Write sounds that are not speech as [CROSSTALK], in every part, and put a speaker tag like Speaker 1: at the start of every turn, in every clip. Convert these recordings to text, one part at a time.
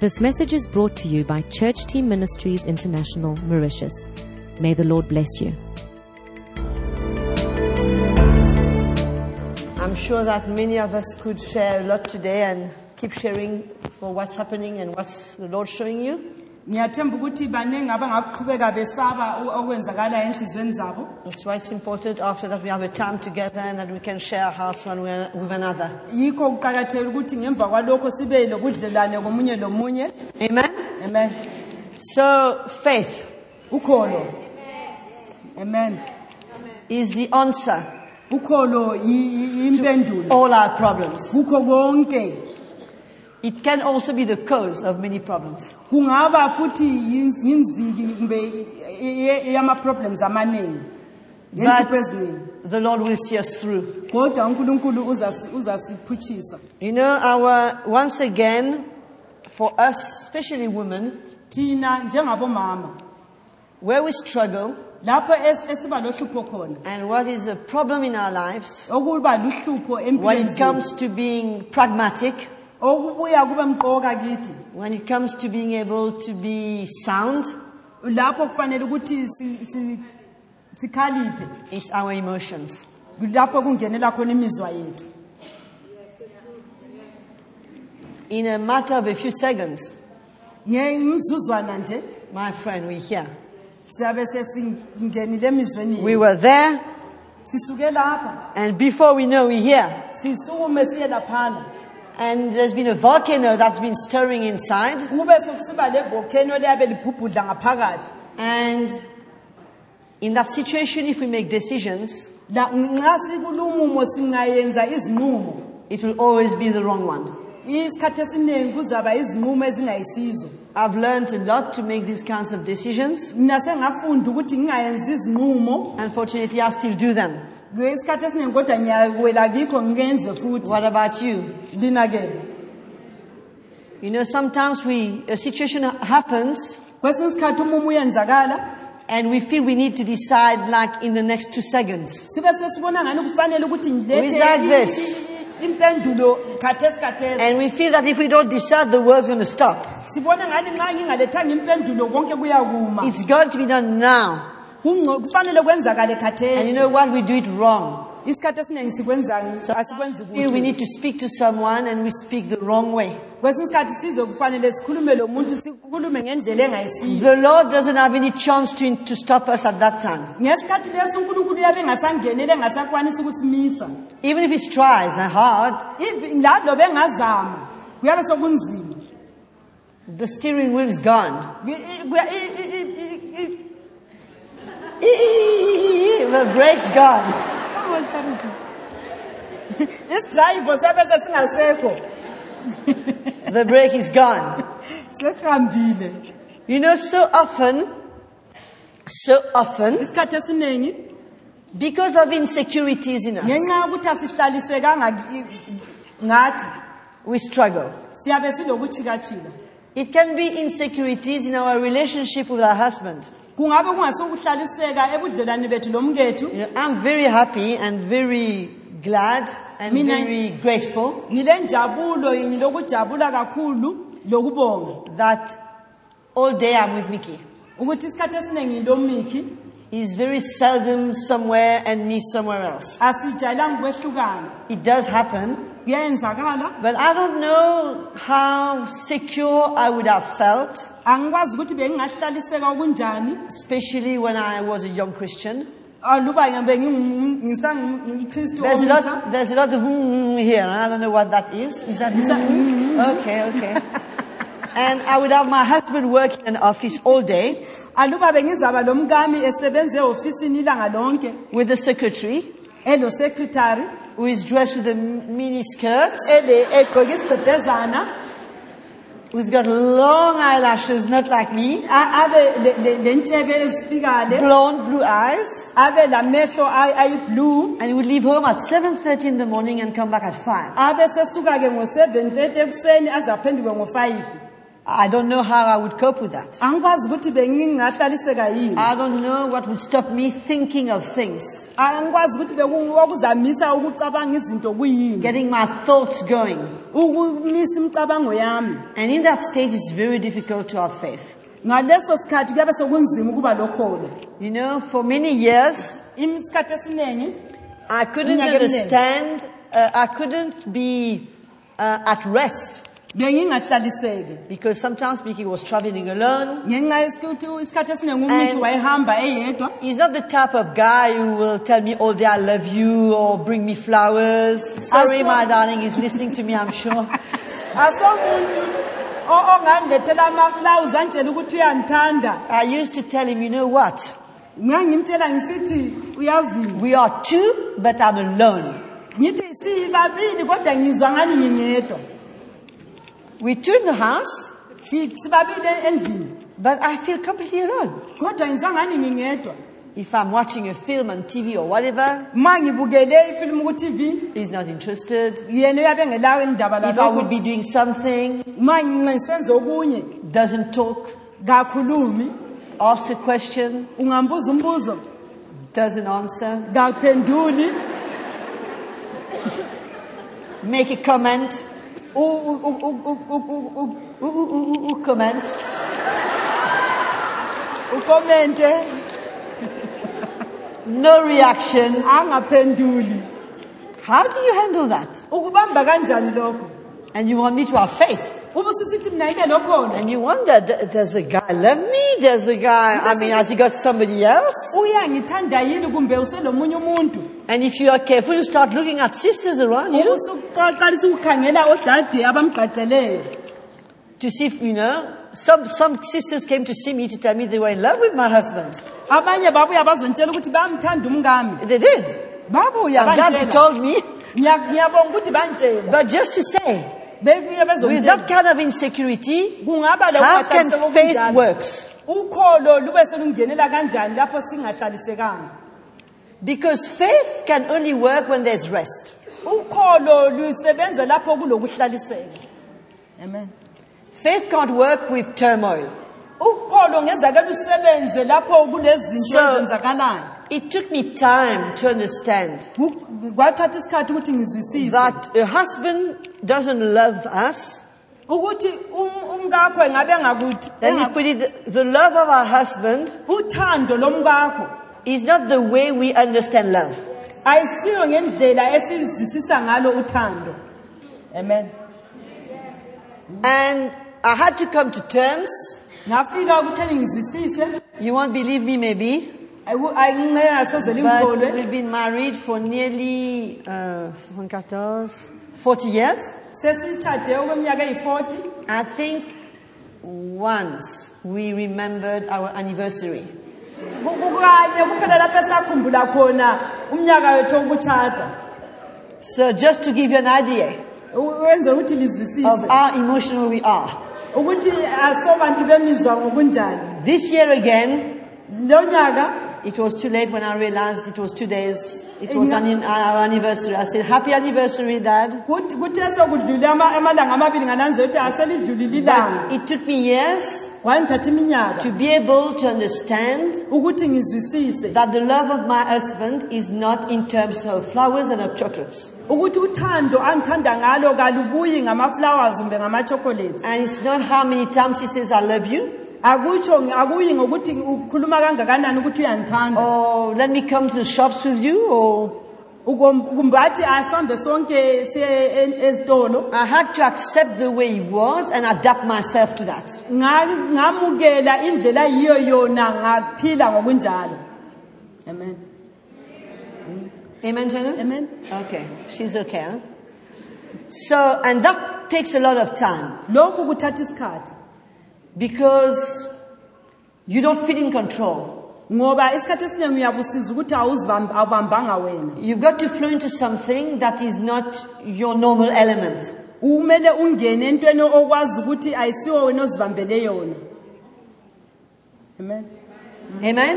Speaker 1: This message is brought to you by Church Team Ministries International, Mauritius. May the Lord bless you.
Speaker 2: I'm sure that many of us could share a lot today and keep sharing for what's happening and what's the Lord showing you.
Speaker 3: ngiyathemba ukuthi baningi abangaqhubeka besaba o- okwenzakalayo enhliziyweni zabo
Speaker 2: That's why it's important after that we have a time together and that we can share our hearts one way with another.
Speaker 3: yikho kuqakathekile ukuthi ngemva kwalokho sibe lobudlelwane komunye lomunye
Speaker 2: Amen?
Speaker 3: amen
Speaker 2: So, faith
Speaker 3: ukholo amen
Speaker 2: is the answer
Speaker 3: ukholo yi- yi-
Speaker 2: to
Speaker 3: yimpendulo
Speaker 2: all our problems.
Speaker 3: kukho konke
Speaker 2: It can also be the cause of many problems.
Speaker 3: kungaba futhi yinz- yinziki kumbe yama-problems amaningi
Speaker 2: But
Speaker 3: ngenhlupho eziningi
Speaker 2: the Lord will see us through.
Speaker 3: kodwa unkulunkulu uzasi- uzasiphutshisa
Speaker 2: You know, our, once again, for us, especially women,
Speaker 3: thina njengabomama
Speaker 2: where we struggle
Speaker 3: lapho es- esiba lohlupho khona
Speaker 2: and what is a problem in our lives,
Speaker 3: okuba luhlupho
Speaker 2: When
Speaker 3: empilweni
Speaker 2: it
Speaker 3: zethu,
Speaker 2: comes to being pragmatic,
Speaker 3: okubuya kube mqoka kithi
Speaker 2: when it comes to being able to be sound,
Speaker 3: lapho kufanele ukuthi si- si- sikhaliphe
Speaker 2: it's our emotions.
Speaker 3: lapho kungenela khona imizwa yethu
Speaker 2: In a matter of a few seconds,
Speaker 3: ngemzuzwana nje
Speaker 2: my friend, we're here.
Speaker 3: siyabe sesingenile emizweni
Speaker 2: We
Speaker 3: yethu
Speaker 2: were there,
Speaker 3: sisuke lapha
Speaker 2: and before we know, we're here.
Speaker 3: sisukume siye laphana
Speaker 2: And there's been a volcano that's been stirring inside,
Speaker 3: kube sokusiba le volcano leyabe libhubhudla ngaphakathi
Speaker 2: and in that situation, if we make decisions,
Speaker 3: La- nxa sikulumumo singayenza izinqumo
Speaker 2: it will always be the wrong one.
Speaker 3: isikhathi esiningi kuzaba izinqumo ezingayisizo
Speaker 2: I've learned a lot to make these kinds of decisions.
Speaker 3: mina sengafunda ukuthi ngingayenzi izinqumo
Speaker 2: Unfortunately, I still do them.
Speaker 3: ngesikhathi esiningi kodwa ngiyawela kikho ngenze futhi
Speaker 2: What about you?
Speaker 3: lina ke
Speaker 2: You know, sometimes we, a situation happens
Speaker 3: kwesinye isikhathi umumo uyenzakala
Speaker 2: and we feel we need to decide like in the next two seconds.
Speaker 3: sibe sesibona ngani kufanele ukuthi ngilethe
Speaker 2: Without
Speaker 3: i-
Speaker 2: this. Eh.
Speaker 3: i- impendulo khathesi khathesi
Speaker 2: And we feel that if we don't decide, the world's going to stop.
Speaker 3: sibona ngani nxa ngingalethanga impendulo konke kuyakuma
Speaker 2: It's got to be done now.
Speaker 3: Kungco- kufanele kwenzakale
Speaker 2: And you
Speaker 3: khathesi
Speaker 2: know what? We do it wrong.
Speaker 3: isikhathi esiningi sikwenza asikwenzi
Speaker 2: We feel we
Speaker 3: kuhle
Speaker 2: need to speak to someone and we speak the wrong way.
Speaker 3: kwesinye isikhathi size kufanele sikhulume lo muntu sikhulume ngendlela engayisiyo
Speaker 2: The Lord doesn't have any chance to, to stop us at that time.
Speaker 3: ngesikhathi leso unkulunkulu uyabe engasangenele engasakwanisi ukusimisa
Speaker 2: Even if he tries and hard,
Speaker 3: Ivi- lalobe engazama kuyabe sokunzima
Speaker 2: the steering wheel's gone. [LAUGHS]
Speaker 3: I- I- I- I- I-
Speaker 2: The brake's gone.
Speaker 3: Come on, Charity. [LAUGHS] isidrayivo siyabe sesingasekho
Speaker 2: The brake is gone.
Speaker 3: sekuhambile
Speaker 2: You know, so often, so often,
Speaker 3: isikhathi esiningi
Speaker 2: because of insecurities in us,
Speaker 3: ngenxa yokuthi asihlalisekanga ki- ngathi
Speaker 2: we struggle.
Speaker 3: siyabe silokujikajika
Speaker 2: It can be insecurities in our relationship with our husband.
Speaker 3: kungabe kungasokuhlaliseka ebudlelwane bethu lomkethu
Speaker 2: You know, I'm very happy and very glad and
Speaker 3: Mina-
Speaker 2: very grateful
Speaker 3: ngile njabulo ngilokujabula kakhulu lokubonga
Speaker 2: that all day I'm with Mickey.
Speaker 3: ukuthi isikhathi esiningi ngilomikhi
Speaker 2: He's very seldom somewhere and me somewhere else.
Speaker 3: asijayelanga ukwehlukana
Speaker 2: It does happen,
Speaker 3: kuyayenzakala
Speaker 2: but I don't know how secure I would have felt,
Speaker 3: angikwazi ukuthi bengingahlaliseka okunjani Ah,
Speaker 2: especially when I was a young Christian.
Speaker 3: aluba ngibe ngisangumkristu
Speaker 2: There's a
Speaker 3: omutsha
Speaker 2: lot. There's a lot of mm, mm here. I don't know what that is. Is
Speaker 3: [LAUGHS]
Speaker 2: that, is that
Speaker 3: Mm-hmm.
Speaker 2: mm, okay? Okay. and I would have my husband work in an office all day
Speaker 3: aluba bengizaba lo mkami esebenza ehhofisini ilanga lonke
Speaker 2: with the secretary
Speaker 3: elosekretary
Speaker 2: who is dressed with a mini skirt,
Speaker 3: egqoke isigcebhezana
Speaker 2: who's got long eyelashes, not like me,
Speaker 3: a- abe le- le- lentshebe ezifikale
Speaker 2: blonde, blue eyes,
Speaker 3: abe lamehlo ay- ayiblue
Speaker 2: and he would leave home at 7:30 in the morning and come back at five.
Speaker 3: abe sesuka-ke ngo-7 30 ekuseni aze aphenduke ngo-5
Speaker 2: I don't know how I would cope with that.
Speaker 3: angikwazi ukuthi bengingahlaliseka yini
Speaker 2: I don't know what would stop me thinking of things,
Speaker 3: angikwazi ukuthi bekuzamisa ukucabanga izinto kuyini
Speaker 2: getting my thoughts going.
Speaker 3: ukumisa imicabango yami
Speaker 2: And in that state, it's very difficult to have faith.
Speaker 3: ngaleso sikhathi kuyabe sekunzima ukuba lokholo
Speaker 2: You know, for many years,
Speaker 3: isikhathi esiningi
Speaker 2: I couldn't
Speaker 3: Unyaka emnengi.
Speaker 2: understand, uh, I couldn't be uh, at rest
Speaker 3: bengingahlaliseki
Speaker 2: because sometimes Mickey was traveling alone.
Speaker 3: ngenxa yesikuthi isikhathi esiningi umithi
Speaker 2: And-
Speaker 3: wayehamba eyedwa
Speaker 2: He's not the type of guy who will tell me all day I love you or bring me flowers. Sorry,
Speaker 3: saw-
Speaker 2: my darling, he's listening to me, I'm [LAUGHS] sure.
Speaker 3: asomuntu o- ongangilethela amaflawuzi antshela ukuthi uyandithanda
Speaker 2: I used to tell him, you know what?
Speaker 3: ngangimtshela ngisithi uyazini
Speaker 2: We are two, but I'm alone.
Speaker 3: ngithi sibabili kodwa ngizwa ngani ngingedwa
Speaker 2: We're two in the house,
Speaker 3: Si- sibabili endlini
Speaker 2: but I feel completely alone.
Speaker 3: kodwa ngizwa ngani ngingedwa
Speaker 2: If I'm watching a film on TV or whatever,
Speaker 3: ma ngibukele ifilimu ku-tv
Speaker 2: he's not interested.
Speaker 3: yena uyabe engelawo indaba
Speaker 2: If I would
Speaker 3: lalokho
Speaker 2: be doing something,
Speaker 3: ma ngisenze okunye
Speaker 2: doesn't talk,
Speaker 3: kakhulumi
Speaker 2: asks a question,
Speaker 3: ungambuza umbuzo
Speaker 2: doesn't answer,
Speaker 3: kaphenduli
Speaker 2: make a comment,
Speaker 3: u- u- u- u- u- u- u- u-
Speaker 2: ooh, ooh, ooh, ooh, ooh, comment,
Speaker 3: ukomente
Speaker 2: no reaction.
Speaker 3: angaphenduli
Speaker 2: How do you handle that?
Speaker 3: ukubamba kanjani lokho
Speaker 2: And you want me to have faith.
Speaker 3: ubusisithi mina ibe lokhona
Speaker 2: And you wonder, d- does the guy love me? Does the guy, I mean, has he got somebody else?
Speaker 3: uyangithanda yini kumbe uselomunye umuntu
Speaker 2: And if you are careful, you start looking at sisters around
Speaker 3: Oh.
Speaker 2: you
Speaker 3: ubusuqalisa ukukhangela odade abamgqagqeleyo
Speaker 2: to see if, you know, some, some sisters came to see me to tell me they were in love with my husband.
Speaker 3: abanye babuya bazontshela ukuthi bamthanda umngami
Speaker 2: They did.
Speaker 3: babuya
Speaker 2: I'm glad they
Speaker 3: bantshela
Speaker 2: told me.
Speaker 3: Ngiya- ngiyabonga ukuthi bantshela
Speaker 2: But just to say,
Speaker 3: bebuye
Speaker 2: with
Speaker 3: bezongitshela
Speaker 2: that kind of insecurity,
Speaker 3: kungaba
Speaker 2: how can faith
Speaker 3: lokungahlalisekanga
Speaker 2: works?
Speaker 3: ukholo lube selungenela kanjani lapho singahlalisekanga
Speaker 2: Because faith can only work when there's rest.
Speaker 3: ukholo lusebenza lapho kulokuhlaliseka amen
Speaker 2: Faith can't work with turmoil.
Speaker 3: ukholo ngezake lusebenze lapho kulezinto
Speaker 2: So-
Speaker 3: ezenzakalayo
Speaker 2: It took me time to understand
Speaker 3: Ku- kwathatha isikhathi ukuthi ngizwisise
Speaker 2: that a husband doesn't love us.
Speaker 3: ukuthi um- umkakho engabe engakuthi
Speaker 2: Let me
Speaker 3: engaku-
Speaker 2: put it, the love of our husband
Speaker 3: uthando lomkakho
Speaker 2: is not the way we understand love.
Speaker 3: ayisiyo ngendlela esizwisisa ngalo uthando amen
Speaker 2: And I had to come to terms.
Speaker 3: ngafika ukutheni ngizwisise
Speaker 2: You won't believe me maybe,
Speaker 3: ayincenga soze
Speaker 2: but
Speaker 3: lingikholwe
Speaker 2: we've been married for nearly uh, 74, 40 years.
Speaker 3: sesitshade okweminyaka eyi-40
Speaker 2: I think once we remembered our anniversary.
Speaker 3: Ku- ku- kukanye kuphela lapho esakhumbula khona umnyaka wethu wokushada
Speaker 2: So just to give you an idea
Speaker 3: U- wenzela ukuthi
Speaker 2: of
Speaker 3: lizwisise
Speaker 2: how emotional we are.
Speaker 3: ukuthi asobantu bemizwa ngokunjani
Speaker 2: This year again,
Speaker 3: lo nyaka
Speaker 2: it was too late when I realized it was two days. It was an, our anniversary. I said, happy anniversary, dad.
Speaker 3: kuthi kuthi sekudlule ama- amalanga amabili ngananzela ukuthi aselidlulile ilanga
Speaker 2: It took me years
Speaker 3: wangithatha iminyaka
Speaker 2: to be able to understand
Speaker 3: ukuthi ngizwisise
Speaker 2: that the love of my husband is not in terms of flowers and of chocolates.
Speaker 3: ukuthi uthando angithanda ngalo kalubuyi ngama-flowers kumbe ngama-chocolates
Speaker 2: And it's not how many times he says, I love you,
Speaker 3: akutsho akuyi ngokuthi ukhuluma kangakanani ukuthi uyandithanda
Speaker 2: or let me come to the shops with you, or
Speaker 3: Ukom- kumbe athi asihambe sonke siye e- ezitolo
Speaker 2: I had to accept the way he was and adapt myself to that.
Speaker 3: Nga- ngamukela indlela yiyo yona ngaphila ngokunjalo amen
Speaker 2: Amen, Janet?
Speaker 3: amen
Speaker 2: Okay, she's okay. Huh? So, and that takes a lot of time
Speaker 3: lokhu kuthatha isikhathi
Speaker 2: because you don't feel in control.
Speaker 3: ngoba isikhathi esiningi uyabusiza ukuthi awuzibamb- awubambanga wena
Speaker 2: You've got to flow into something that is not your normal element.
Speaker 3: kumele ungene entweni okwazi ukuthi ayisiwo wena ozibambele yona amen
Speaker 2: Amen?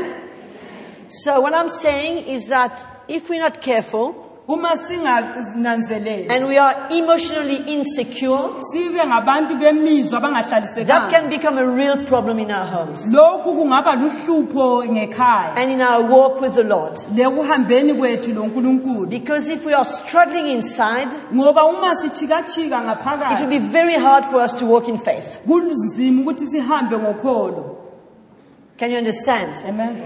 Speaker 2: So what I'm saying is that if we're not careful,
Speaker 3: uma singananzeleli
Speaker 2: and we are emotionally insecure,
Speaker 3: sibe ngabantu bemizwa
Speaker 2: that
Speaker 3: abangahlalisekanga
Speaker 2: can become a real problem in our homes
Speaker 3: lokhu kungaba luhlupho ngekhaya
Speaker 2: and in our walk with the Lord.
Speaker 3: lekuhambeni kwethu lonkulunkulu
Speaker 2: Because if we are struggling inside,
Speaker 3: ngoba uma sijikajika
Speaker 2: it will
Speaker 3: ngaphakathi
Speaker 2: be very hard for us to walk in faith.
Speaker 3: kunzima ukuthi sihambe ngokholo
Speaker 2: Can you understand?
Speaker 3: amen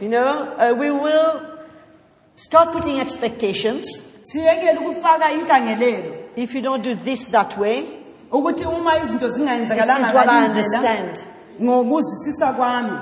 Speaker 2: You know, uh, we will start putting expectations.
Speaker 3: siyekele ukufaka inkangelelo
Speaker 2: If you don't do this that way,
Speaker 3: ukuthi uma izinto
Speaker 2: this is
Speaker 3: zingayenzakalanga
Speaker 2: what I
Speaker 3: ngale ndlela,
Speaker 2: understand.
Speaker 3: ngokuzwisisa kwami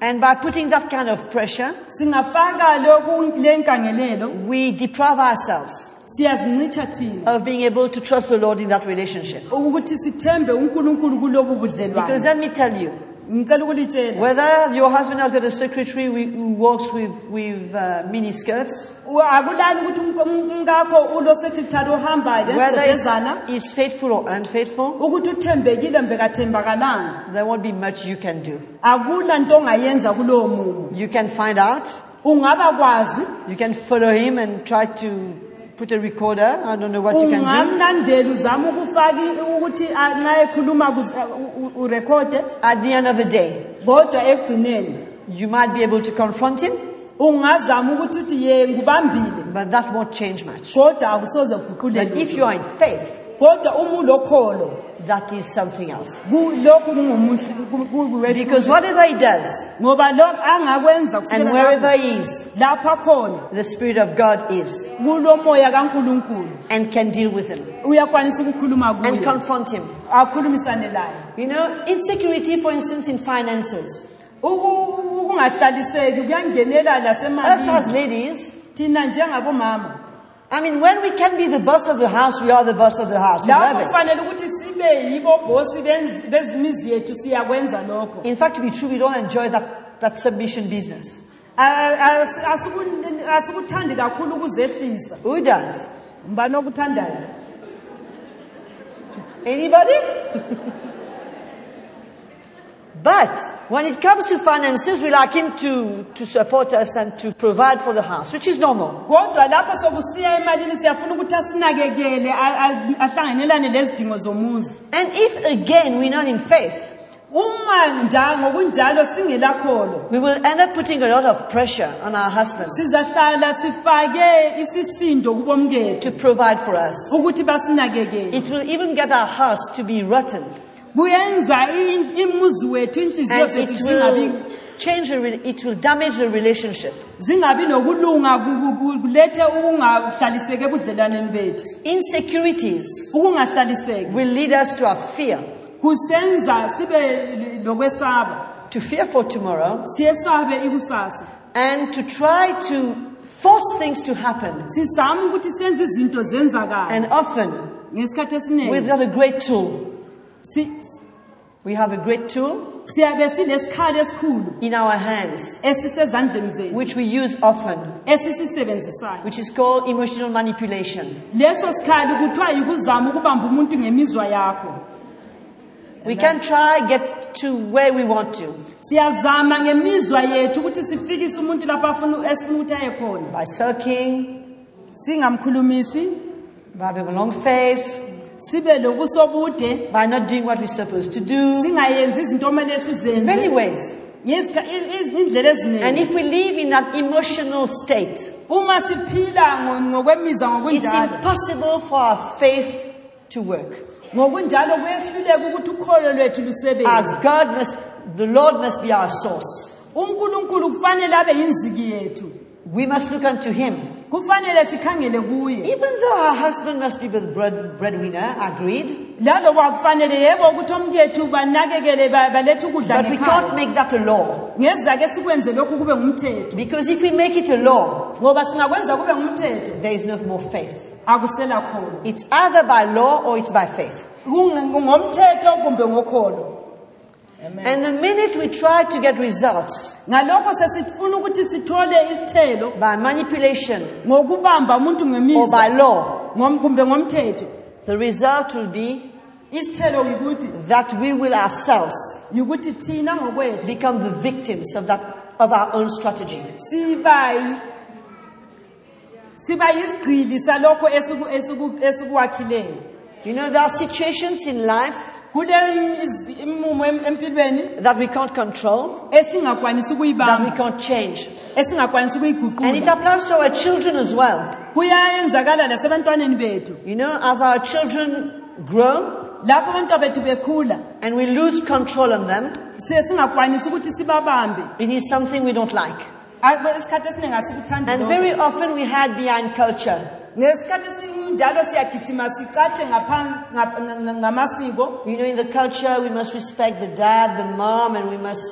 Speaker 2: And by putting that kind of pressure,
Speaker 3: singafaka loku le nkangelelo
Speaker 2: we deprive ourselves
Speaker 3: siyazincitsha thina
Speaker 2: of being able to trust the Lord in that relationship.
Speaker 3: ukuthi sithembe uNkulunkulu kulobu
Speaker 2: Because
Speaker 3: budlelwano
Speaker 2: let me tell you,
Speaker 3: ngicela ukulitshela
Speaker 2: whether your husband has got a secretary who who works with, with uh, miniskirts,
Speaker 3: u- akulani ukuthi umk- umkakho ulo secretary ohamba
Speaker 2: whether he's,
Speaker 3: lezana
Speaker 2: he's faithful or unfaithful,
Speaker 3: ukuthi uthembekile mbekathembakalanga
Speaker 2: there won't be much you can do.
Speaker 3: akula nto ongayenza kulowo mumo
Speaker 2: You can find out,
Speaker 3: ungaba kwazi
Speaker 2: you can follow him and try to put a recorder. I don't know what you can do.
Speaker 3: ungamlandeli uzama ukufaki ukuthi ah, nxa ekhuluma kuz- ah, u- u- urekhode
Speaker 2: At the end of the day,
Speaker 3: kodwa ekugcineni
Speaker 2: you might be able to confront him,
Speaker 3: ungazama ukuthi uthi ye ngubambile
Speaker 2: but that won't change much.
Speaker 3: kodwa akusoze
Speaker 2: But if you
Speaker 3: kuguqulele
Speaker 2: are in faith,
Speaker 3: kodwa uma ulokholo
Speaker 2: that is something else.
Speaker 3: ku- lokhu kungumuhle- ku- ku- kuwehluka.
Speaker 2: Because whatever he does
Speaker 3: ngoba lokhu angakwenza
Speaker 2: and
Speaker 3: kusukela
Speaker 2: wherever
Speaker 3: lapho-
Speaker 2: he is,
Speaker 3: lapho akhona
Speaker 2: the Spirit of God is
Speaker 3: kulomoya kankulunkulu
Speaker 2: and can deal with him
Speaker 3: uyakwanisa ukukhuluma
Speaker 2: and
Speaker 3: kuye
Speaker 2: confront him.
Speaker 3: akhulumisane laye
Speaker 2: You know, insecurity, for instance, in finances.
Speaker 3: Uku- ukungahlaliseki kuyangenela
Speaker 2: Us as
Speaker 3: lasemalini
Speaker 2: ladies,
Speaker 3: thina njengabomama
Speaker 2: I mean, when we can be the boss of the house, we are the boss of the house. We
Speaker 3: lapho
Speaker 2: love it.
Speaker 3: kufanele ukuthi sibe yibo bhosi benz- bezimizi yethu siyakwenza lokho
Speaker 2: In fact, to be true, we don't enjoy that, that submission business.
Speaker 3: A- asi- asiku- asikuthandi kakhulu ukuzehlisa
Speaker 2: Who does?
Speaker 3: ngubani okuthandayo
Speaker 2: Anybody? [LAUGHS] but when it comes to finances, we like him to, to support us and to provide for the house, which is normal.
Speaker 3: kodwa lapho sokusiya emalini siyafuna ukuthi asinakekele a- a- ahlanganelane lezidingo zomuzi
Speaker 2: And if again we're not in faith,
Speaker 3: uma nja ngokunjalo singelakholo
Speaker 2: we will end up putting a lot of pressure on our husbands
Speaker 3: sizahlala sifake isisindo kubomkethu
Speaker 2: to provide for us.
Speaker 3: ukuthi basinakekele
Speaker 2: It will even get our house to be rotten.
Speaker 3: kuyenza i- imuzi wethu inhliziyo
Speaker 2: And it
Speaker 3: zethu zingabi
Speaker 2: will change, a re- it will damage the relationship.
Speaker 3: zingabi nokulunga ku- ku- ku- kulethe ukungahlaliseki ebudlelwaneni bethu
Speaker 2: Insecurities
Speaker 3: ukungahlaliseki
Speaker 2: will lead us to our fear,
Speaker 3: kusenza sibe lokwesaba
Speaker 2: to fear for tomorrow,
Speaker 3: siyesabe ikusasa
Speaker 2: and to try to force things to happen.
Speaker 3: sizama ukuthi senze izinto zenzakala
Speaker 2: And often,
Speaker 3: ngesikhathi
Speaker 2: we've
Speaker 3: esiningi
Speaker 2: got a great tool.
Speaker 3: si-
Speaker 2: We have a great tool
Speaker 3: siyabe silesikhali esikhulu
Speaker 2: in our hands,
Speaker 3: esisezandleni zethu
Speaker 2: which we use often,
Speaker 3: esisisebenzisayo
Speaker 2: which is called emotional manipulation.
Speaker 3: leso sikhali kuthiwa yikuzama ukubamba umuntu ngemizwa yakho
Speaker 2: We can try get to where we want to
Speaker 3: siyazama ngemizwa yethu ukuthi sifikise umuntu lapho afuna- esifuna ukuthi aye khona
Speaker 2: by sulking,
Speaker 3: singamkhulumisi
Speaker 2: by having a long face,
Speaker 3: sibe lokusobude
Speaker 2: by not doing what we're supposed to do.
Speaker 3: singayenzi izinto omele sizenze
Speaker 2: Many ways.
Speaker 3: Ngezikha- i- i- indlela eziningi
Speaker 2: And if we live in that emotional state,
Speaker 3: uma siphila ngo- ngokwemizwa
Speaker 2: it's
Speaker 3: ngokunjalo
Speaker 2: impossible for our faith to work.
Speaker 3: ngokunjalo kuyehluleka ukuthi ukholo lwethu lusebenze
Speaker 2: Our God must, the Lord must be our source.
Speaker 3: unkulunkulu kufanele abe yinziki yethu
Speaker 2: We must look unto Him.
Speaker 3: kufanele sikhangele kuye
Speaker 2: Even though our husband must be the bread, breadwinner, agreed,
Speaker 3: laloba kufanele yebo ukuthi omkethu banakekele ba- balethe ukudla
Speaker 2: but we can't
Speaker 3: ngekhaya
Speaker 2: make that a law.
Speaker 3: ngezake sikwenze lokhu kube ngumthetho
Speaker 2: Because if we make it a law,
Speaker 3: ngoba singakwenza kube ngumthetho
Speaker 2: there is no more faith.
Speaker 3: akusela khona
Speaker 2: It's either by law or it's by faith.
Speaker 3: Kung- ngomthetho kumbe ngokholo Amen.
Speaker 2: And the minute we try to get results
Speaker 3: ngalokho sesifuna ukuthi sithole isithelo
Speaker 2: by manipulation
Speaker 3: ngokubamba umuntu
Speaker 2: or by
Speaker 3: ngemizwa
Speaker 2: law,
Speaker 3: Ngom- kumbe ngomthetho
Speaker 2: the result will be
Speaker 3: isithelo yikuthi
Speaker 2: that we will ourselves
Speaker 3: yikuthi thina ngokwethu
Speaker 2: become the victims of that of our own strategy.
Speaker 3: sibayi siba yisigqili salokho esiku- esiku- esikuwakhileyo
Speaker 2: You know, there are situations in life
Speaker 3: kule miz- imumo em- empilweni
Speaker 2: that we can't control,
Speaker 3: esingakwanisi
Speaker 2: that we
Speaker 3: ukuyibamba
Speaker 2: can't change.
Speaker 3: esingakwanisi
Speaker 2: And it
Speaker 3: ukuyiguqula
Speaker 2: applies to our children as well.
Speaker 3: kuyayenzakala lasebantwaneni bethu
Speaker 2: You know, as our children grow
Speaker 3: lapho abantwa bethu bekhula
Speaker 2: and we lose control on them,
Speaker 3: siye singakwanisi ukuthi sibabambe
Speaker 2: it is something we don't like.
Speaker 3: A- isikhathi esiningi asikuthandi
Speaker 2: And
Speaker 3: lokho.
Speaker 2: very often we hide behind culture.
Speaker 3: ngesikhathi sinjalo siyagijima sicatshe ngaphan- nga- nga- nga- ngamasiko
Speaker 2: You know, in the culture, we must respect the dad, the mom, and we must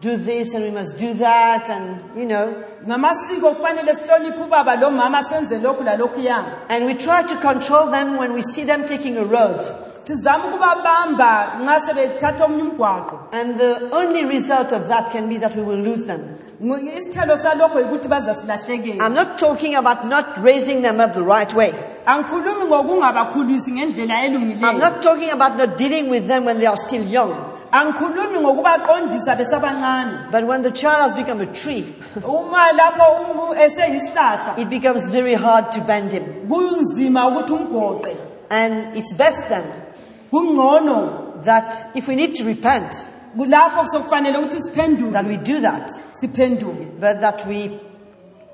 Speaker 2: do this and we must do that, and you know.
Speaker 3: ngamasiko kufanele sihloniphe ubaba lomama senze lokhu lalokhuya
Speaker 2: And we try to control them when we see them taking a road.
Speaker 3: sizama ukubabamba nxa sebethatha omunye umgwaqo
Speaker 2: And the only result of that can be that we will lose them.
Speaker 3: Ng- isithelo salokho yikuthi bazasilahlekela
Speaker 2: I'm not talking about not raising them up the right way.
Speaker 3: angikhulumi ngokungabakhulisi ngendlela
Speaker 2: I'm
Speaker 3: elungileyo
Speaker 2: not talking about not dealing with them when they are still young.
Speaker 3: angikhulumi ngokubaqondisa besabancane
Speaker 2: But when the child has become a tree,
Speaker 3: uma lapho umu- eseyisihlahla
Speaker 2: it becomes very hard to bend him.
Speaker 3: kunzima ukuthi umgoqe
Speaker 2: And it's best then
Speaker 3: kungcono
Speaker 2: that if we need to repent,
Speaker 3: kulapho sokufanele ukuthi
Speaker 2: that
Speaker 3: siphenduke
Speaker 2: we do that,
Speaker 3: siphenduke
Speaker 2: but that we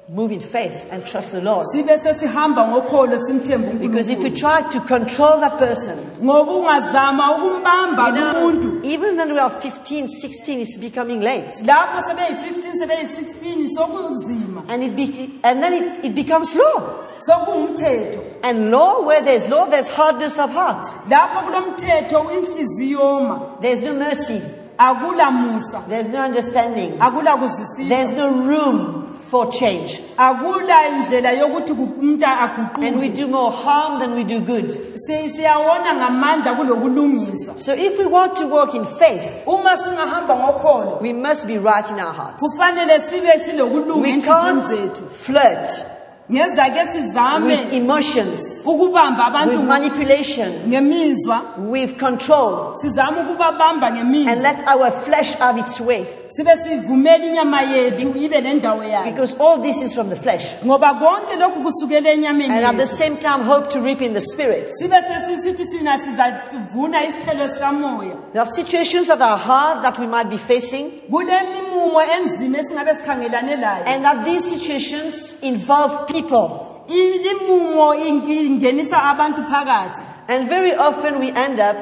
Speaker 2: move in faith and trust the Lord.
Speaker 3: sibe sesihamba ngokholo simthembe
Speaker 2: Because if we
Speaker 3: uNkulunkulu
Speaker 2: try to control that person,
Speaker 3: ngoba ungazama ukumbamba
Speaker 2: you know,
Speaker 3: umuntu
Speaker 2: even when we are 15, 16, it's becoming late.
Speaker 3: lapho sebeyi-15 sebeyi-16 sokunzima
Speaker 2: And, it be, and then it, it becomes law.
Speaker 3: sokungumthetho
Speaker 2: And law, where there's law, there's hardness of heart.
Speaker 3: lapho kulomthetho inhliziyo yoma
Speaker 2: There's no mercy.
Speaker 3: akula musa
Speaker 2: There's no understanding.
Speaker 3: akula kuzwisisa
Speaker 2: There's no room for change.
Speaker 3: akula indlela yokuthi ku- umuntu
Speaker 2: And we
Speaker 3: aguquke
Speaker 2: do more harm than we do good.
Speaker 3: Si- siyawona ngamandla kulokulungisa
Speaker 2: So if we want to walk in faith,
Speaker 3: uma singahamba ngokholo
Speaker 2: we must be right in our hearts.
Speaker 3: kufanele sibe silokulunga
Speaker 2: We
Speaker 3: enhliziyweni zethu
Speaker 2: can't flirt
Speaker 3: ngezake sizame
Speaker 2: with emotions,
Speaker 3: ukubamba abantu
Speaker 2: with manipulation,
Speaker 3: ngemizwa
Speaker 2: with control,
Speaker 3: sizame ukubabamba
Speaker 2: and
Speaker 3: ngemizwa
Speaker 2: let our flesh have its way.
Speaker 3: sibe sivumela inyama yethu ibe nendawo yayo
Speaker 2: Because all this is from the flesh.
Speaker 3: ngoba konke lokhu kusukela enyameni
Speaker 2: And at the
Speaker 3: yethu
Speaker 2: same time, hope to reap in the spirit.
Speaker 3: sibe sesisithi thina sizavuna isithelo sikamoya
Speaker 2: There are situations that are hard that we might be facing,
Speaker 3: kulemimumo enzima esingabe sikhangelane layo
Speaker 2: and that these situations involve people.
Speaker 3: imimumo ing- ingenisa abantu phakathi
Speaker 2: And very often we end up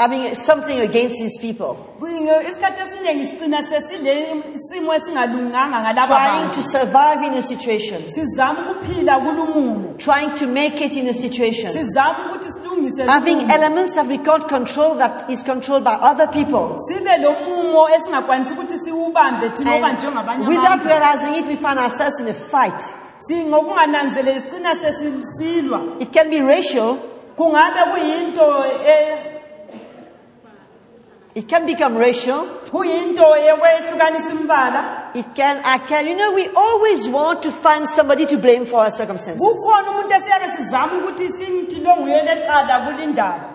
Speaker 2: having something against these people,
Speaker 3: Kwinge- isikhathi esiningi sigcina sesinesimo esingalunganga ngalaba
Speaker 2: trying to
Speaker 3: bantu
Speaker 2: survive in a situation,
Speaker 3: sizama ukuphila kulumumo
Speaker 2: trying to make it in a situation,
Speaker 3: sizama ukuthi silungise
Speaker 2: having
Speaker 3: lumumo.
Speaker 2: elements that we can't control that is controlled by other people.
Speaker 3: sibe lo mumo esingakwanisi ukuthi siwubambe thina oba
Speaker 2: And
Speaker 3: njengabanye
Speaker 2: without
Speaker 3: abantu
Speaker 2: realizing it, we find ourselves in a fight.
Speaker 3: singokungananzeleli sicina sesisilwa
Speaker 2: It can be racial,
Speaker 3: kungabe kuyinto e-
Speaker 2: it can become racial,
Speaker 3: kuyinto yokwehlukanisa imbala
Speaker 2: It can, I can, you know, we always want to find somebody to blame for our circumstances.
Speaker 3: kukhona umuntu esiyabe sizama ukuthi simthi lo nguye lecala kulindaba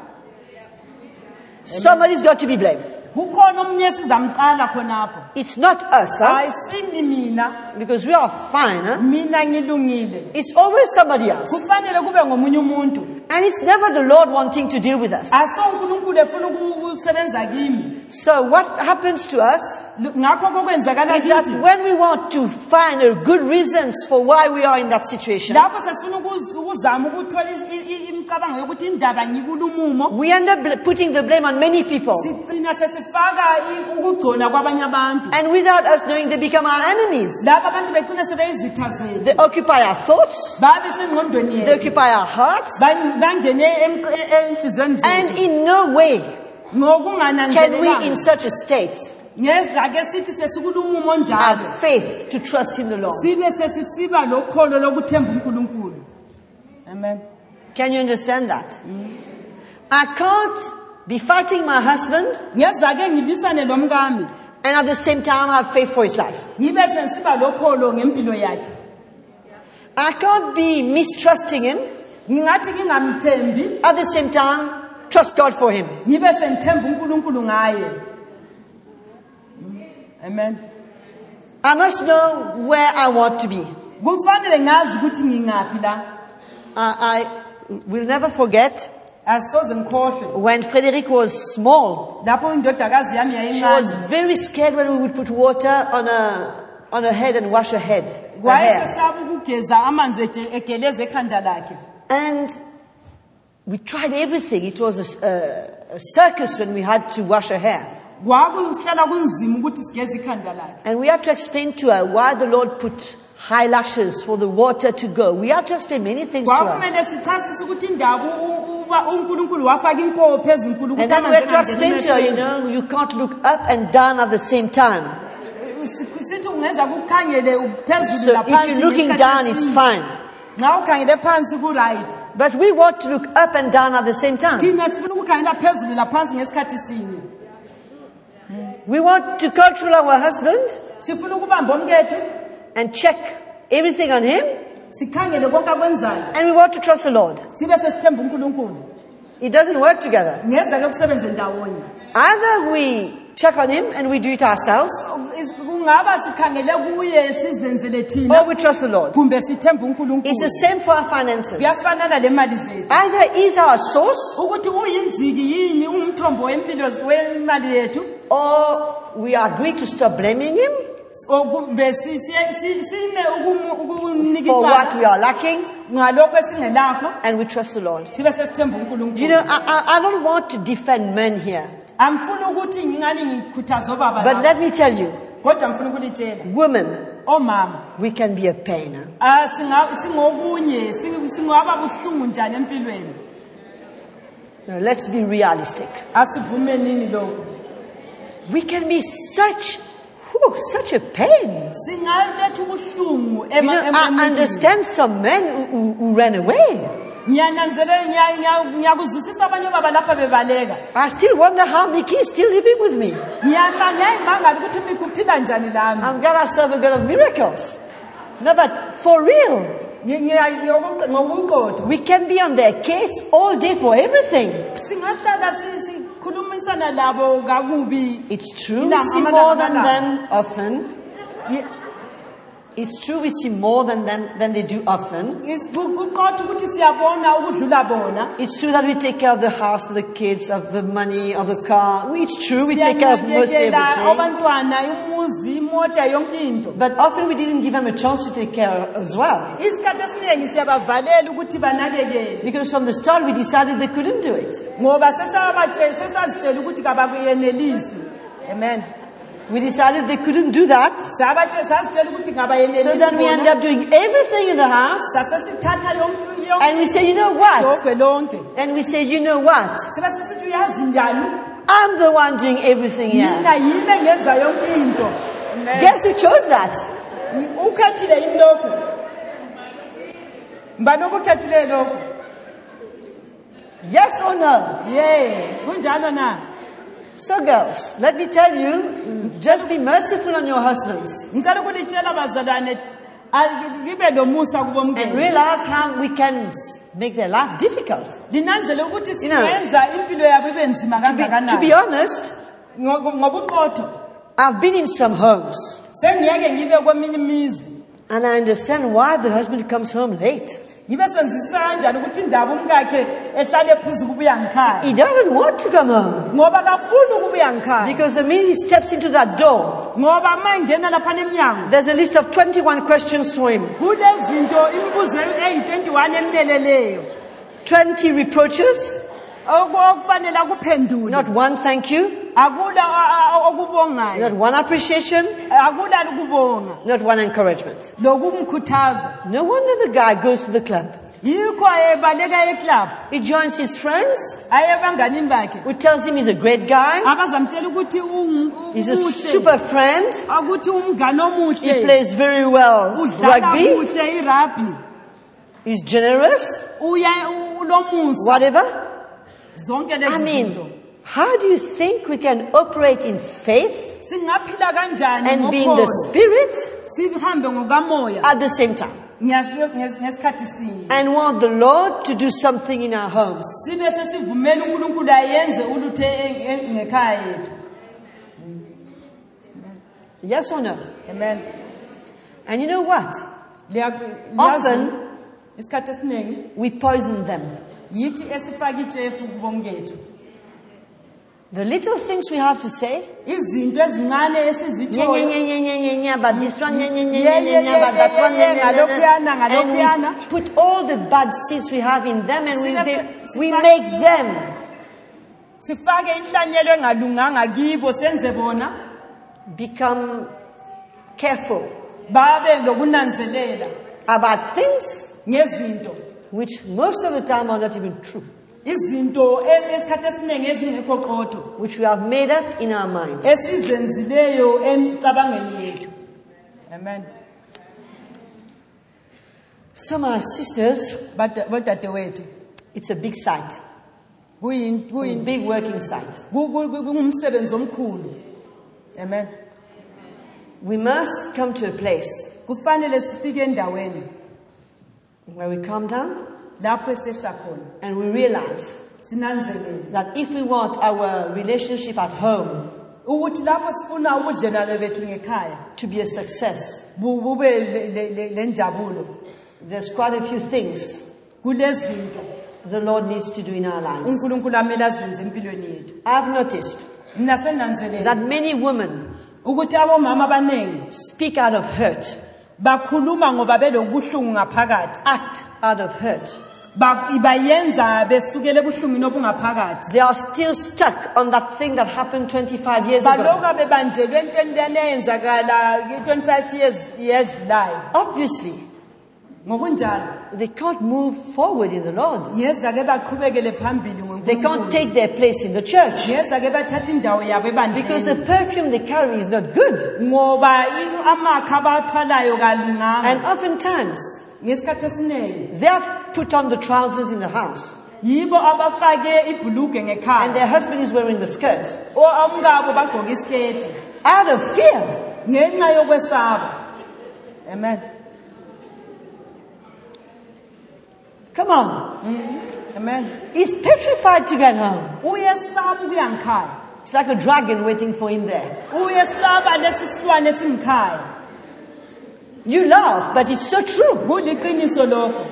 Speaker 2: Somebody's got to be blamed.
Speaker 3: kukhona omunye esizamcala khonapho
Speaker 2: It's not us, huh?
Speaker 3: ayisimi mina
Speaker 2: Because we are fine, huh?
Speaker 3: mina ngilungile
Speaker 2: It's always somebody else.
Speaker 3: kufanele kube ngomunye umuntu
Speaker 2: And it's never the Lord wanting to deal with us.
Speaker 3: aso unkulunkulu efuna uku- ukusebenza kimi
Speaker 2: So what happens to us
Speaker 3: Lu- ngakho kokwenzakala
Speaker 2: is that
Speaker 3: kithi
Speaker 2: when we want to find a good reasons for why we are in that situation,
Speaker 3: lapho sesifuna ukuz- ukuzama ukuthola is- i- i- imicabango yokuthi indaba ngikulumomo
Speaker 2: we end up bl- putting the blame on many people.
Speaker 3: sigcina sesifaka i- ukugcona kwabanye abantu
Speaker 2: And without us knowing, they become our enemies.
Speaker 3: laba abantu begcina sebeyizitha zethu
Speaker 2: They occupy our thoughts,
Speaker 3: babe sengqondweni
Speaker 2: they
Speaker 3: yethu
Speaker 2: occupy our hearts,
Speaker 3: Ban- bangene emc- e- enhliziyweni
Speaker 2: and
Speaker 3: zethu
Speaker 2: in no way Can we, in
Speaker 3: ngokungananzelelanga
Speaker 2: such a state,
Speaker 3: ngezake sithi sesikulumomo njalo
Speaker 2: have faith to trust in the Lord?
Speaker 3: sibe sesisiba lokholo lokuthemba uNkulunkulu amen
Speaker 2: Can you understand that? I can't be fighting my husband
Speaker 3: ngezake ngilwisane lomkami
Speaker 2: and at the same time have faith for his life.
Speaker 3: ngibe sesiba lokholo ngempilo yakhe
Speaker 2: I can't be mistrusting him
Speaker 3: ngingathi ngingamthembi
Speaker 2: at the same time trust God for him.
Speaker 3: ngibe sengithemba uNkulunkulu ngaye amen
Speaker 2: I must know where I want to be.
Speaker 3: kufanele ngazi ukuthi ngingaphi la
Speaker 2: I, I will never forget
Speaker 3: asisoze ngikhohlwe
Speaker 2: when Frederick was small.
Speaker 3: lapho indodakazi yami
Speaker 2: She was
Speaker 3: yayincane
Speaker 2: very scared when we would put water on her, on her head and wash her head. her hair.
Speaker 3: wayesesaba ukugeza amanzi eje- egeleza ekhanda lakhe
Speaker 2: And we tried everything. It was a, s- a- a circus when we had to wash her hair.
Speaker 3: kwakuhlala kunzima ukuthi sigeze ikhanda lakhe
Speaker 2: And we had to explain to her why the Lord put high lashes for the water to go. We had to explain many things to her.
Speaker 3: kwakumele sichasise ukuthi indaba u- u- uba unkulunkulu wafaka inkolo phezinkulu
Speaker 2: And then we had to explain to her, you know, you can't look up and down at the same time.
Speaker 3: sithi ungeza kukhangele phezulu
Speaker 2: So if
Speaker 3: laphansi
Speaker 2: you're looking
Speaker 3: ngesikhathi
Speaker 2: down, it's
Speaker 3: esinye.
Speaker 2: fine.
Speaker 3: nxa ukhangele phansi kuright
Speaker 2: But we want to look up and down at the same time.
Speaker 3: thina sifuna ukukhangela phezulu laphansi ngesikhathi sinye
Speaker 2: We want to control our husband
Speaker 3: sifuna ukubamba omkethu
Speaker 2: and check everything on him.
Speaker 3: sikhangele konke akwenzayo
Speaker 2: And we want to trust the Lord.
Speaker 3: sibe sesithemba unkulunkulu
Speaker 2: It doesn't work together.
Speaker 3: ngeza-ke kusebenze ndawonye
Speaker 2: Either we check on Him and we do it ourselves,
Speaker 3: Is- kungaba sikhangele kuye sizenzele
Speaker 2: or
Speaker 3: thina
Speaker 2: we trust the Lord.
Speaker 3: kumbe sithembe
Speaker 2: Oh. It's the
Speaker 3: unkulunkulu
Speaker 2: same for our finances.
Speaker 3: kuyafanana le mali zethu
Speaker 2: Either He's our source,
Speaker 3: ukuthi uyinziki yini umthombo wempilo wemali yethu
Speaker 2: or we agree to stop blaming Him
Speaker 3: or kumbe si- si- si- sime ukumu- ukunika
Speaker 2: for what we
Speaker 3: icala
Speaker 2: are lacking,
Speaker 3: ngalokho esingelakho
Speaker 2: and we trust the Lord.
Speaker 3: sibe sesithemba
Speaker 2: You know,
Speaker 3: unkulunkulu
Speaker 2: I, I, I don't want to defend men here,
Speaker 3: amfuna ukuthi ngingani ngikhuthaza obaba
Speaker 2: but
Speaker 3: lapha.
Speaker 2: let me tell you,
Speaker 3: kodwa mfuna ukulitshela
Speaker 2: women,
Speaker 3: omama
Speaker 2: we can be a pain.
Speaker 3: ah, singa- singokunye singi- singaba buhlungu njani empilweni
Speaker 2: No, let's be realistic.
Speaker 3: asivumenini lokhu
Speaker 2: We can be such, whew, such a pain.
Speaker 3: singaletha ubuhlungu
Speaker 2: You know, I understand some men who, who, who ran away.
Speaker 3: ngiyananzelela ngiya- ngiya- ngiyakuzwisisa abanye obaba lapha bebaleka
Speaker 2: I still wonder how Mickey is still living with me.
Speaker 3: Ngiyama- ngiyayimangala ukuthi mikuphila njani lami
Speaker 2: I'm glad I serve a God of miracles. No, but for real,
Speaker 3: Ngi- ngiya- ngokuq- ngokuqotho
Speaker 2: we can be on their case all day for everything.
Speaker 3: singahlala si- sikhulumisana labo kakubi
Speaker 2: It's true, we
Speaker 3: Ina-
Speaker 2: see
Speaker 3: amala-
Speaker 2: more than
Speaker 3: amala.
Speaker 2: them often.
Speaker 3: Ye-
Speaker 2: It's true, we see more than them than they do often.
Speaker 3: is- ku- kuqotho ukuthi siyabona ukudlula bona
Speaker 2: It's true that we take care of the house, of the kids, of the money, of the car. It's true, we take care of most
Speaker 3: siyanakekela
Speaker 2: everything.
Speaker 3: abantwana imuzi imota yonke into
Speaker 2: But often we didn't give them a chance to take care as well.
Speaker 3: isikhathi esiningi siyabavalela ukuthi banakekele
Speaker 2: Because from the start we decided they couldn't do it.
Speaker 3: ngoba sesabatshe- sesazitshela ukuthi kabakuyenelisi amen
Speaker 2: We decided they couldn't do that.
Speaker 3: Sabatshe- sazitshela ukuthi
Speaker 2: So then we end
Speaker 3: ngabayenelisi
Speaker 2: up doing everything in the house.
Speaker 3: sasesithatha yonke-
Speaker 2: And
Speaker 3: yonke
Speaker 2: we say, you know what?
Speaker 3: ijogwe lonke
Speaker 2: And we say, you know what?
Speaker 3: sibe sisithi uyazi njani
Speaker 2: I'm the one doing everything here.
Speaker 3: mina yini engenza yonke into Amen.
Speaker 2: Guess who chose that?
Speaker 3: Yi- ukhethile yini lokhu mbanokukhethileyo lokhu
Speaker 2: Yes or no?
Speaker 3: ye kunjalo na
Speaker 2: So girls, let me tell you, just be merciful on your husbands
Speaker 3: ngicela ukulitshela bazalwane al- libe lomusa
Speaker 2: and
Speaker 3: kubomkeni
Speaker 2: realize how we can s- make their life difficult.
Speaker 3: linanzele ukuthi
Speaker 2: You know,
Speaker 3: singenza impilo yabo ibe nzima
Speaker 2: To be, to be
Speaker 3: kangakanani
Speaker 2: honest,
Speaker 3: Ngo- ngobuqotho
Speaker 2: I've been in some homes
Speaker 3: sengiyeke ngibe kweminye imizi
Speaker 2: and I understand why the husband comes home late.
Speaker 3: ngibe senzisisa kanjani ukuthi indaba umkakhe ehlale phuzu kubuya ngikhaya
Speaker 2: He doesn't want to come home
Speaker 3: ngoba kafuni ukubuya ngikhaya
Speaker 2: because the minute he steps into that door,
Speaker 3: ngoba ma ngena laphana emnyango
Speaker 2: There's a list of 21 questions for him.
Speaker 3: kulezinto imibuzo eyi-21 emleleleyo
Speaker 2: 20 reproaches,
Speaker 3: oku- okufanele akuphendule
Speaker 2: not one thank you,
Speaker 3: akula a- a-
Speaker 2: not
Speaker 3: okubongayo
Speaker 2: one appreciation,
Speaker 3: akula ukubonga
Speaker 2: not one encouragement.
Speaker 3: lokumkhuthaza
Speaker 2: No wonder the guy goes to the club.
Speaker 3: yikho ebaleka eclub
Speaker 2: He joins his friends,
Speaker 3: aye ebanganini bakhe
Speaker 2: who tells him he's a great
Speaker 1: Ah,
Speaker 2: guy,
Speaker 3: abazamtshela ukuthi ung-
Speaker 2: he's a
Speaker 3: umuhle
Speaker 2: super friend,
Speaker 3: ukuthi umngane
Speaker 2: he
Speaker 3: omuhle
Speaker 2: plays very well
Speaker 3: udlala
Speaker 2: rugby,
Speaker 3: kuhle irabhi
Speaker 2: he's generous,
Speaker 3: uya u- ulomusa
Speaker 2: whatever.
Speaker 3: zonke
Speaker 1: I
Speaker 3: lezi zinto
Speaker 1: mean,
Speaker 2: How do you think we can operate in faith
Speaker 3: singaphila kanjani
Speaker 2: and be in the
Speaker 3: ngokholo
Speaker 2: spirit
Speaker 3: sihambe ngokamoya
Speaker 2: at the same time?
Speaker 3: Nges- nges- ngesikhathi sinye
Speaker 2: And want the Lord to do something in our homes.
Speaker 3: sibe sesivumela unkulunkulu ayenze uluthe e- e- ngekhaya yethu
Speaker 2: Yes or no?
Speaker 3: amen
Speaker 2: And you know what?
Speaker 3: Liya-
Speaker 2: Often-
Speaker 3: liyazi- isikhathi esiningi
Speaker 2: We poison them.
Speaker 3: yithi esifaka itshefu kubomi bethu
Speaker 2: The little things we have to say,
Speaker 3: izinto ezincane
Speaker 2: nya, nya,
Speaker 3: esizitshoyo
Speaker 2: nya, nya, nya, nya, nya, but this one, nya, nya, nya,
Speaker 3: Yeah,
Speaker 2: nya,
Speaker 3: yeah,
Speaker 2: nya,
Speaker 3: yeah,
Speaker 2: nya, but that
Speaker 3: yeah,
Speaker 2: one,
Speaker 3: yeah,
Speaker 2: nya, nya,
Speaker 3: yeah,
Speaker 2: nya,
Speaker 3: ngalokhuyana,
Speaker 2: nya. And we
Speaker 3: ngalokhuyana.
Speaker 2: put all the bad seeds we have in them and we,
Speaker 3: Sina-
Speaker 2: de-
Speaker 3: si-
Speaker 2: we
Speaker 3: sifake-
Speaker 2: make them
Speaker 3: sifake inhlanyelo engalunganga kibo senze bona
Speaker 2: become careful
Speaker 3: babe lokunanzelela
Speaker 2: about things
Speaker 3: ngezinto
Speaker 2: which most of the time are not even true,
Speaker 3: izinto e- esikhathi esiningi ezingekho qotho
Speaker 2: which we have made up in our minds.
Speaker 3: esizenzileyo emicabangeni yethu amen
Speaker 2: Some of our sisters,
Speaker 3: Bada- bodadewethu
Speaker 2: it's a big site,
Speaker 3: kuyin- kuyin-
Speaker 2: big working site.
Speaker 3: ku- ku- ku- kungumsebenzi omkhulu amen
Speaker 2: We must come to a place
Speaker 3: kufanele sifike endaweni
Speaker 2: where we calm down
Speaker 3: lapho esehla khona
Speaker 2: and we realize
Speaker 3: sinanzelele
Speaker 2: that if we want our relationship at home
Speaker 3: ukuthi lapho sifuna ubudlelwane bethu ngekhaya
Speaker 2: to be a success,
Speaker 3: bu- bube le- le- le- lenjabulo
Speaker 2: there's quite a few things
Speaker 3: kulezinto
Speaker 2: the Lord needs to do in our lives.
Speaker 3: uNkulunkulu amele azenze empilweni yethu
Speaker 2: I've noticed
Speaker 3: mina senanzelela
Speaker 2: that many women
Speaker 3: ukuthi abomama abaningi
Speaker 2: speak out of hurt,
Speaker 3: bakhuluma ngoba belobuhlungu ngaphakathi
Speaker 2: act out of hurt.
Speaker 3: Ba- bayenza besukele ebuhlungwini obungaphakathi
Speaker 2: They are still stuck on that thing that happened 25 years ago.
Speaker 3: baloka bebanjelwe entweni lena eyenzakala i-25 years yedlulayo
Speaker 2: Obviously,
Speaker 3: ngokunjalo
Speaker 2: they can't move forward in the Lord.
Speaker 3: ngeza ke baqhubekele phambili
Speaker 2: They can't
Speaker 3: ngonkulunkulu
Speaker 2: take their place in the church
Speaker 3: ngeza ke bathatha indawo yabo
Speaker 2: because
Speaker 3: ebandleni
Speaker 2: the perfume they carry is not good.
Speaker 3: ngoba i- amakha abawathwalayo
Speaker 2: And
Speaker 3: kalunganga
Speaker 2: oftentimes,
Speaker 3: ngesikhathi esiningi
Speaker 2: they have put on the trousers in the house
Speaker 3: yibo abafake ibhuluge
Speaker 2: and
Speaker 3: ngekhaya
Speaker 2: their husband is wearing the skirt.
Speaker 3: O- omkabo bagqoke isiketi
Speaker 2: Out of fear,
Speaker 3: ngenxa yokwesaba amen
Speaker 2: Come on.
Speaker 3: amen
Speaker 2: He's petrified to get home.
Speaker 3: uyesaba ukuya ngikhaya
Speaker 2: It's like a dragon waiting for him there.
Speaker 3: uyesaba lesi silwane esingikhaya
Speaker 2: You laugh, but it's so true.
Speaker 3: kuliqiniso lokho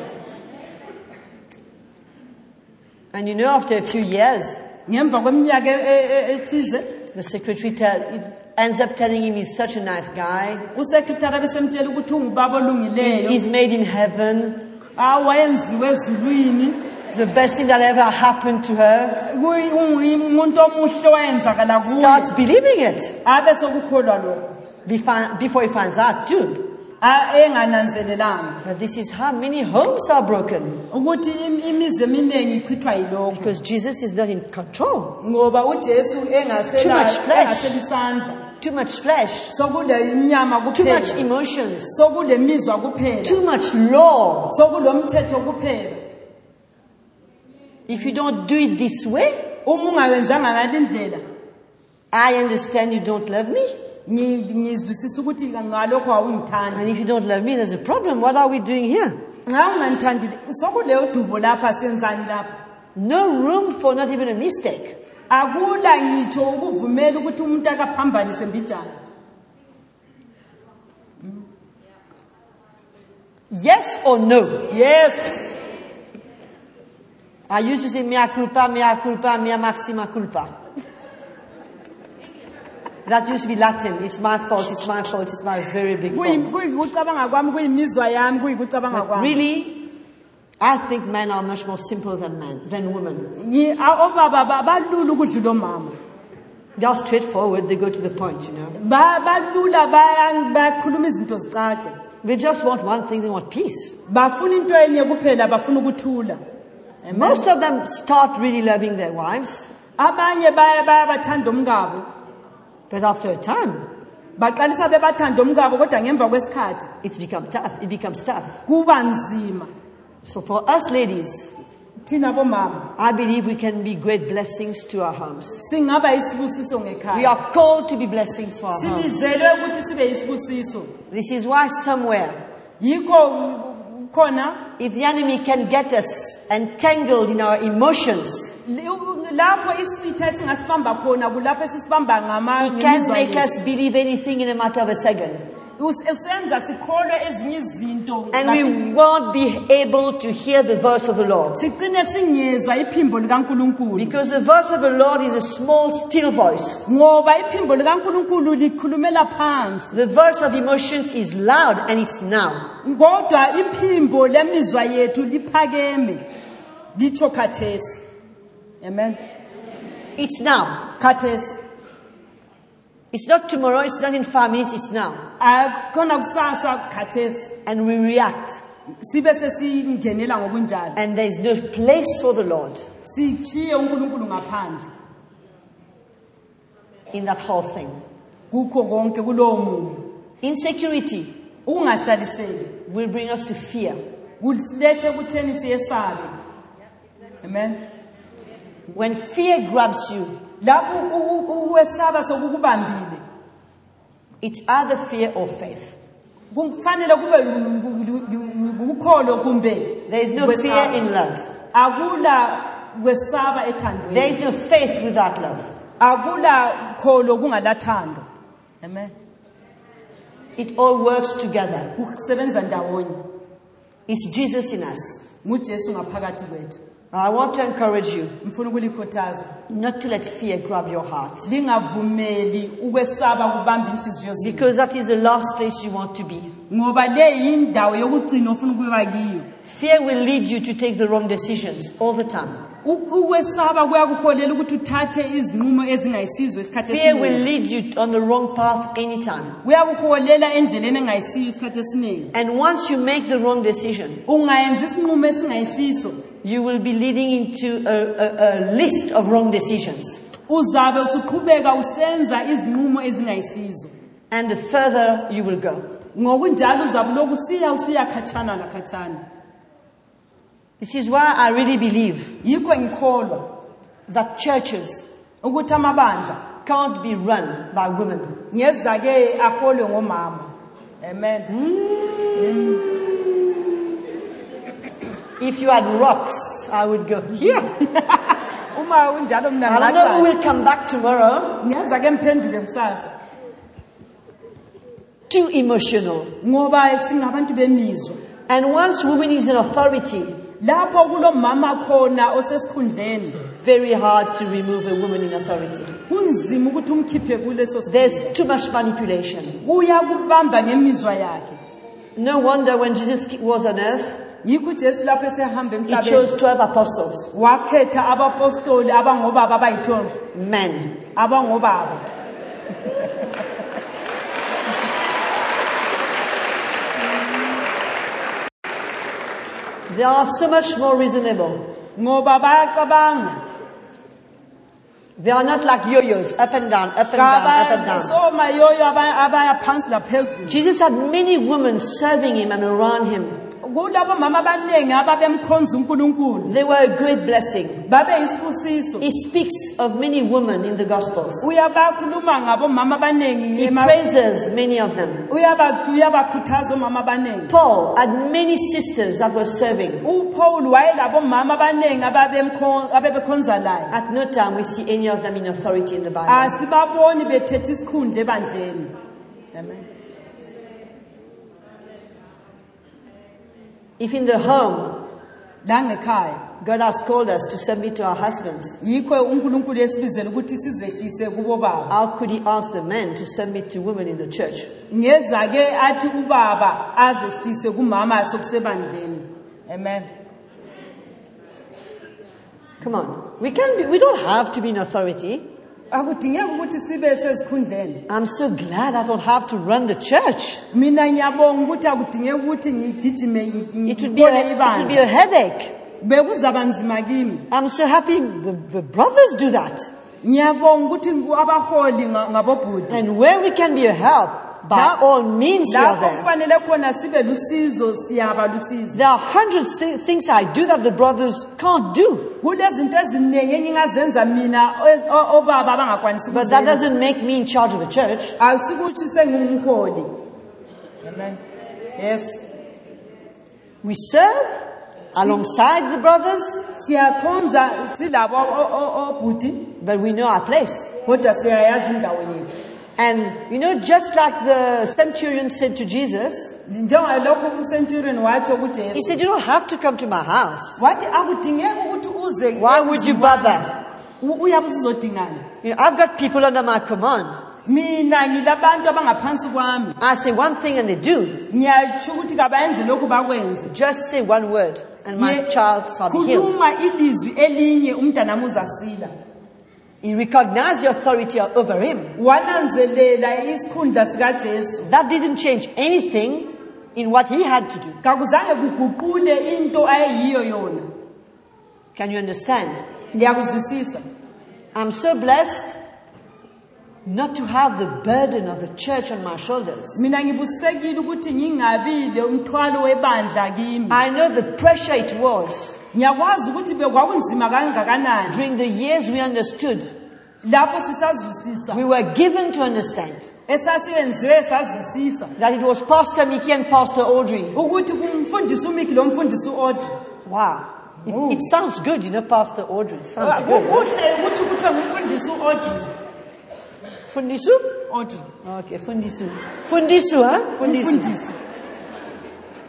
Speaker 2: And you know, after a few years,
Speaker 3: ngemva kweminyaka e- e- e- ethize
Speaker 2: the secretary tell, he ends up telling him he's such a nice guy.
Speaker 3: usekretari abesemtshela ukuthi ungubaba olungileyo
Speaker 2: He's made in heaven.
Speaker 3: awayenziwe ezulwini
Speaker 2: The best thing that ever happened to her.
Speaker 3: Kuyi- ungumuntu omuhle owayenzakala kuye
Speaker 2: Starts believing it
Speaker 3: abe sekukholwa lokho
Speaker 2: befi- before he finds out too.
Speaker 3: A- engananzelelanga
Speaker 2: But this is how many homes are broken
Speaker 3: ukuthi im- imizi eminingi ichithwa yilokho
Speaker 2: because Jesus is not in control.
Speaker 3: ngoba ujesu engasela-
Speaker 2: Too much flesh.
Speaker 3: engaselisandla
Speaker 2: Too much flesh,
Speaker 3: sokule inyama
Speaker 2: too much
Speaker 3: kuphela
Speaker 2: emotions,
Speaker 3: sokule mizwa kuphela
Speaker 2: too much law.
Speaker 3: sokulomthetho kuphela
Speaker 2: If you don't do it this way,
Speaker 3: uma ungawenzanga ngale ndlela
Speaker 2: I understand you don't love me.
Speaker 3: ngi- ngizwisisa ukuthi ngalokho awungithandi
Speaker 2: And if you don't love me, there's a problem. What are we doing here?
Speaker 3: nxa ungangithandi sokuleyo dubo lapha senzani lapha
Speaker 2: No room for not even a mistake.
Speaker 3: akula ngitsho ukuvumela ukuthi umuntu akaphambanise mbijana
Speaker 2: Yes or no?
Speaker 3: yes
Speaker 2: I used to say mea culpa, mea culpa, mea maxima culpa. That used to be Latin. It's my fault, it's my fault, it's my very big fault.
Speaker 3: kuyikucabanga kwami kuyimizwa yami kuyikucabanga
Speaker 2: But
Speaker 3: kwami
Speaker 2: really, I think men are much more simple than men, than women.
Speaker 3: Ngi- a- obaba ba- balula ukudlula omama
Speaker 2: They are straightforward, they go to the point, you know.
Speaker 3: Ba- balula baya- bakhuluma izinto zicace
Speaker 2: They just want one thing, they want peace.
Speaker 3: bafuna into enye kuphela bafuna ukuthula Amen.
Speaker 2: Most of them start really loving their wives,
Speaker 3: abanye baya- bayabathanda omkabo
Speaker 2: but after a time,
Speaker 3: baqalisa bebathanda omkabo kodwa ngemva kwesikhathi
Speaker 2: it's become tough. It becomes tough.
Speaker 3: kuba nzima
Speaker 2: So for us ladies,
Speaker 3: thina bomama
Speaker 2: I believe we can be great blessings to our homes.
Speaker 3: singaba isibusiso
Speaker 2: We
Speaker 3: ngekhaya
Speaker 2: are called to be blessings for our homes.
Speaker 3: silizelwe ukuthi sibe yisibusiso
Speaker 2: This is why somewhere,
Speaker 3: yikho khona
Speaker 2: if the enemy can get us entangled in our emotions,
Speaker 3: lapho isitha esingasibamba khona kulapho esisibamba
Speaker 2: he can
Speaker 3: ngamamizwa
Speaker 2: make
Speaker 3: yethu.
Speaker 2: us believe anything in a matter of a second.
Speaker 3: us- usenza sikholwe ezinye izinto
Speaker 2: and
Speaker 3: but
Speaker 2: we won't be able to hear the voice of the Lord.
Speaker 3: sigcine singezwa iphimbo likankulunkulu
Speaker 2: Because the voice of the Lord is a small, still voice.
Speaker 3: ngoba iphimbo likankulunkulu likhulumela phansi
Speaker 2: The voice of emotions is loud and it's now.
Speaker 3: kodwa iphimbo lemizwa yethu liphakeme litsho khathesi amen
Speaker 2: It's now.
Speaker 3: khathesi
Speaker 2: It's not tomorrow, it's not in five minutes, it's now.
Speaker 3: akukhona kusasa khathesi
Speaker 2: And we react.
Speaker 3: sibe sesingenela ngokunjalo
Speaker 2: And there's no place for the Lord
Speaker 3: sitshiye unkulunkulu ngaphandle
Speaker 2: in that whole thing.
Speaker 3: kukho konke kulowo mumo
Speaker 2: Insecurity
Speaker 3: ukungahlaliseki
Speaker 2: will bring us to fear.
Speaker 3: kulethe ekutheni siyesabe amen
Speaker 2: When fear grabs you,
Speaker 3: lapho u- u- ukwesaba sokukubambile
Speaker 2: it's either fear or faith.
Speaker 3: kufanele kube lu- lu- lu- lu- ukholo kumbe
Speaker 2: There is no fear
Speaker 3: ukwesaba.
Speaker 2: in love.
Speaker 3: akula kwesaba
Speaker 2: There
Speaker 3: ethandweni
Speaker 2: is no faith without love.
Speaker 3: akula kholo kungalathando amen
Speaker 2: It all works together.
Speaker 3: kusebenza ndawonye
Speaker 2: It's Jesus in us.
Speaker 3: ngujesu ngaphakathi kwethu
Speaker 2: I want to encourage you
Speaker 3: ngifuna ukulikhuthaza
Speaker 2: not to let fear grab your heart
Speaker 3: lingavumeli ukwesaba kubamba inhliziyo zenu
Speaker 2: because that is the last place you want to be.
Speaker 3: ngoba le yindawo yokugcina ofuna ukuba kiyo
Speaker 2: Fear will lead you to take the wrong decisions all the time.
Speaker 3: U- ukwesaba kuyakuholela ukuthi uthathe izinqumo ezingayisizo isikhathi
Speaker 2: Fear will
Speaker 3: esiningi
Speaker 2: lead you on the wrong path anytime.
Speaker 3: kuyakuholela endleleni engayisiyo isikhathi esiningi
Speaker 2: And once you make the wrong decision,
Speaker 3: ungayenza isinqumo esingayisiso
Speaker 2: you will be leading into a, a, a list of wrong decisions.
Speaker 3: uzabe usuqhubeka usenza izinqumo ezingayisizo
Speaker 2: And the further you will go.
Speaker 3: ngokunjalo uzabe uloku usiya usiya khatshana lakhatshana
Speaker 2: This is why I really believe
Speaker 3: yikho ngikholwa
Speaker 2: that churches
Speaker 3: ukuthi amabandla
Speaker 2: can't be run by women.
Speaker 3: ngeza ke aholwe ngomama amen
Speaker 2: Hmm? If you had rocks, I would go here.
Speaker 3: [LAUGHS] uma unjalo mna
Speaker 2: I don't know who
Speaker 3: ngingathanda.
Speaker 2: will come back tomorrow.
Speaker 3: ngeza ke mphenduke kusasa
Speaker 2: Too emotional.
Speaker 3: ngoba singabantu bemizwa
Speaker 2: And once woman is in authority,
Speaker 3: lapho kulomama khona osesikhundleni
Speaker 2: very hard to remove a woman in authority.
Speaker 3: kunzima ukuthi umkhiphe kuleso
Speaker 2: There's
Speaker 3: sikhundla.
Speaker 2: too much manipulation.
Speaker 3: uyakubamba ngemizwa yakhe
Speaker 2: No wonder when Jesus was on earth,
Speaker 3: yikho ujesu lapho esehamba
Speaker 2: he
Speaker 3: emhlabeni
Speaker 2: chose 12 apostles,
Speaker 3: wakhetha abapostoli abangobaba abayi-12
Speaker 2: men.
Speaker 3: abangobaba
Speaker 2: They are so much more reasonable.
Speaker 3: ngoba bayacabanga
Speaker 2: They are not like yo-yos, up and down, up and down, up and down.
Speaker 3: somayoyo aba- abaya phansi laphezulu
Speaker 2: Jesus had many women serving him and around him.
Speaker 3: kulabo mama abaningi ababemkhonza unkulunkulu
Speaker 2: They were a great blessing.
Speaker 3: babe yisibusiso
Speaker 2: He speaks of many women in the Gospels.
Speaker 3: uyabakhuluma ngabomama abaningi
Speaker 2: He
Speaker 3: ema-
Speaker 2: praises many of them.
Speaker 3: Uyaba- uyabakhuthaza omama abaningi
Speaker 2: Paul had many sisters that were serving.
Speaker 3: uPaul wayelabomama abaningi ababemkho- ababekhonza laye
Speaker 2: At no time we see any of them in authority in the Bible.
Speaker 3: asibaboni bethethe isikhundla ebandleni amen
Speaker 2: If in the home
Speaker 3: la ngekhaya
Speaker 2: God has called us to submit to our husbands,
Speaker 3: yikho uNkulunkulu esibizela ukuthi sizehlise kubo baba
Speaker 2: how could he ask the men to submit to women in the church?
Speaker 3: ngeza ke athi ubaba azehlise kumama sokusebandleni amen
Speaker 2: Come on. We can be, we don't have to be in authority.
Speaker 3: akudingeki ukuthi sibe sezikhundleni
Speaker 2: I'm so glad I don't have to run the church.
Speaker 3: mina ngiyabonga ukuthi akudingeki ukuthi ngigijime ngi-
Speaker 2: It would be a,
Speaker 3: ngihole
Speaker 2: it would be
Speaker 3: ibandla
Speaker 2: a headache.
Speaker 3: bekuzaba nzima kimi
Speaker 2: I'm so happy the, the brothers do that.
Speaker 3: ngiyabonga ukuthi abaholi nga- ngabobhuti
Speaker 2: And where we can be a help, by
Speaker 3: Now-
Speaker 2: all means we are
Speaker 3: lapho
Speaker 2: there.
Speaker 3: kufanele khona sibe lusizo siyaba lusizo
Speaker 2: There are hundreds of thi- things I do that the brothers can't do.
Speaker 3: kulezinto eziningi engingazenza mina o- o- obaba abangakwanisi
Speaker 2: But that
Speaker 3: ukuzenza.
Speaker 2: doesn't make me in charge of a church.
Speaker 3: asikuthi sengumholi Amen. yes
Speaker 2: We serve alongside the brothers,
Speaker 3: siyakhonza silabo obhuti
Speaker 2: but we know our place.
Speaker 3: kodwa siyayazi indawo yethu
Speaker 2: And you know, just like the centurion said to Jesus,
Speaker 3: njengalokho umcenturion watsho
Speaker 2: he
Speaker 3: kujesu
Speaker 2: said, You don't have to come to my house.
Speaker 3: wathi akudingeki ukuthi uze
Speaker 2: Why would you bother?
Speaker 3: U- uyabe usuzodingana
Speaker 2: You know, I've got people under my command.
Speaker 3: mina ngilabantu abangaphansi kwami
Speaker 2: I say one thing and they do.
Speaker 3: ngiyatsho ukuthi kabayenze lokhu bakwenze
Speaker 2: Just say one word and my
Speaker 3: Ye-
Speaker 2: child shall be healed.
Speaker 3: khuluma ilizwi elinye umntanami uzasila
Speaker 2: He recognized the authority over him.
Speaker 3: wananzelela isikhundla sikajesu
Speaker 2: That didn't change anything in what he had to do.
Speaker 3: kakuzange kuguqule into ayeyiyo yona
Speaker 2: Can you understand?
Speaker 3: ngiyakuzwisisa
Speaker 2: I'm so blessed not to have the burden of the church on my shoulders.
Speaker 3: mina ngibusekile ukuthi ngingabile umthwalo webandla kimi
Speaker 2: I know the pressure it was
Speaker 3: ngiyakwazi ukuthi bekwakunzima kangakanani
Speaker 2: during the years we understood.
Speaker 3: lapho sisazwisisa
Speaker 2: We were given to understand
Speaker 3: esasiyenziwe sazwisisa
Speaker 2: that it was Pastor Mickey and Pastor Audrey.
Speaker 3: ukuthi kumfundisi umiki lo mfundisi u-odre
Speaker 2: Wow. It, it sounds good, you know, Pastor Audrey. It sounds good.
Speaker 3: kuhle ukuthi kuthiwe ngumfundisi u-odre
Speaker 2: Ah, Fundisu?
Speaker 3: odre
Speaker 2: Okay, fundisu. Fundisu, huh? Fundisu.
Speaker 3: umfundisi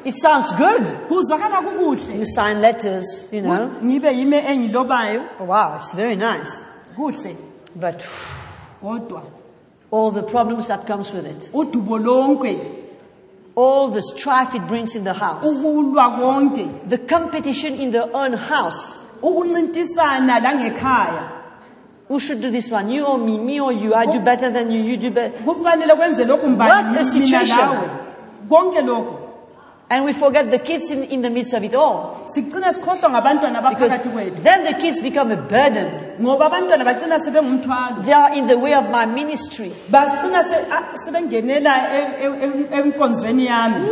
Speaker 2: It sounds good.
Speaker 3: kuzwakala kukuhle
Speaker 2: You sign letters, you know. Oh,
Speaker 3: ngibe yime engilobayo
Speaker 2: Wow, it's very nice.
Speaker 3: kuhle
Speaker 2: But
Speaker 3: kodwa
Speaker 2: all the problems that comes with it.
Speaker 3: udubo lonke
Speaker 2: All the strife it brings in the house.
Speaker 3: ukulwa konke
Speaker 2: The competition in the own house.
Speaker 3: ukuncintisana langekhaya
Speaker 2: Who should do this one? You or me? Me or you? I do better than you. You do better.
Speaker 3: kufanele kwenze lokhu
Speaker 2: What a
Speaker 3: mbali mina
Speaker 2: situation.
Speaker 3: lawe konke lokhu
Speaker 2: And we forget the kids in, in the midst of it all.
Speaker 3: sigcina sikhohlwa ngabantwana abaphakathi
Speaker 2: Because
Speaker 3: kwethu
Speaker 2: then the kids become a burden.
Speaker 3: ngoba abantwana bagcina sebengumthwalo
Speaker 2: They are in the way of my ministry.
Speaker 3: bagcina se- a- sebengenela e- e- e- enkonzweni yami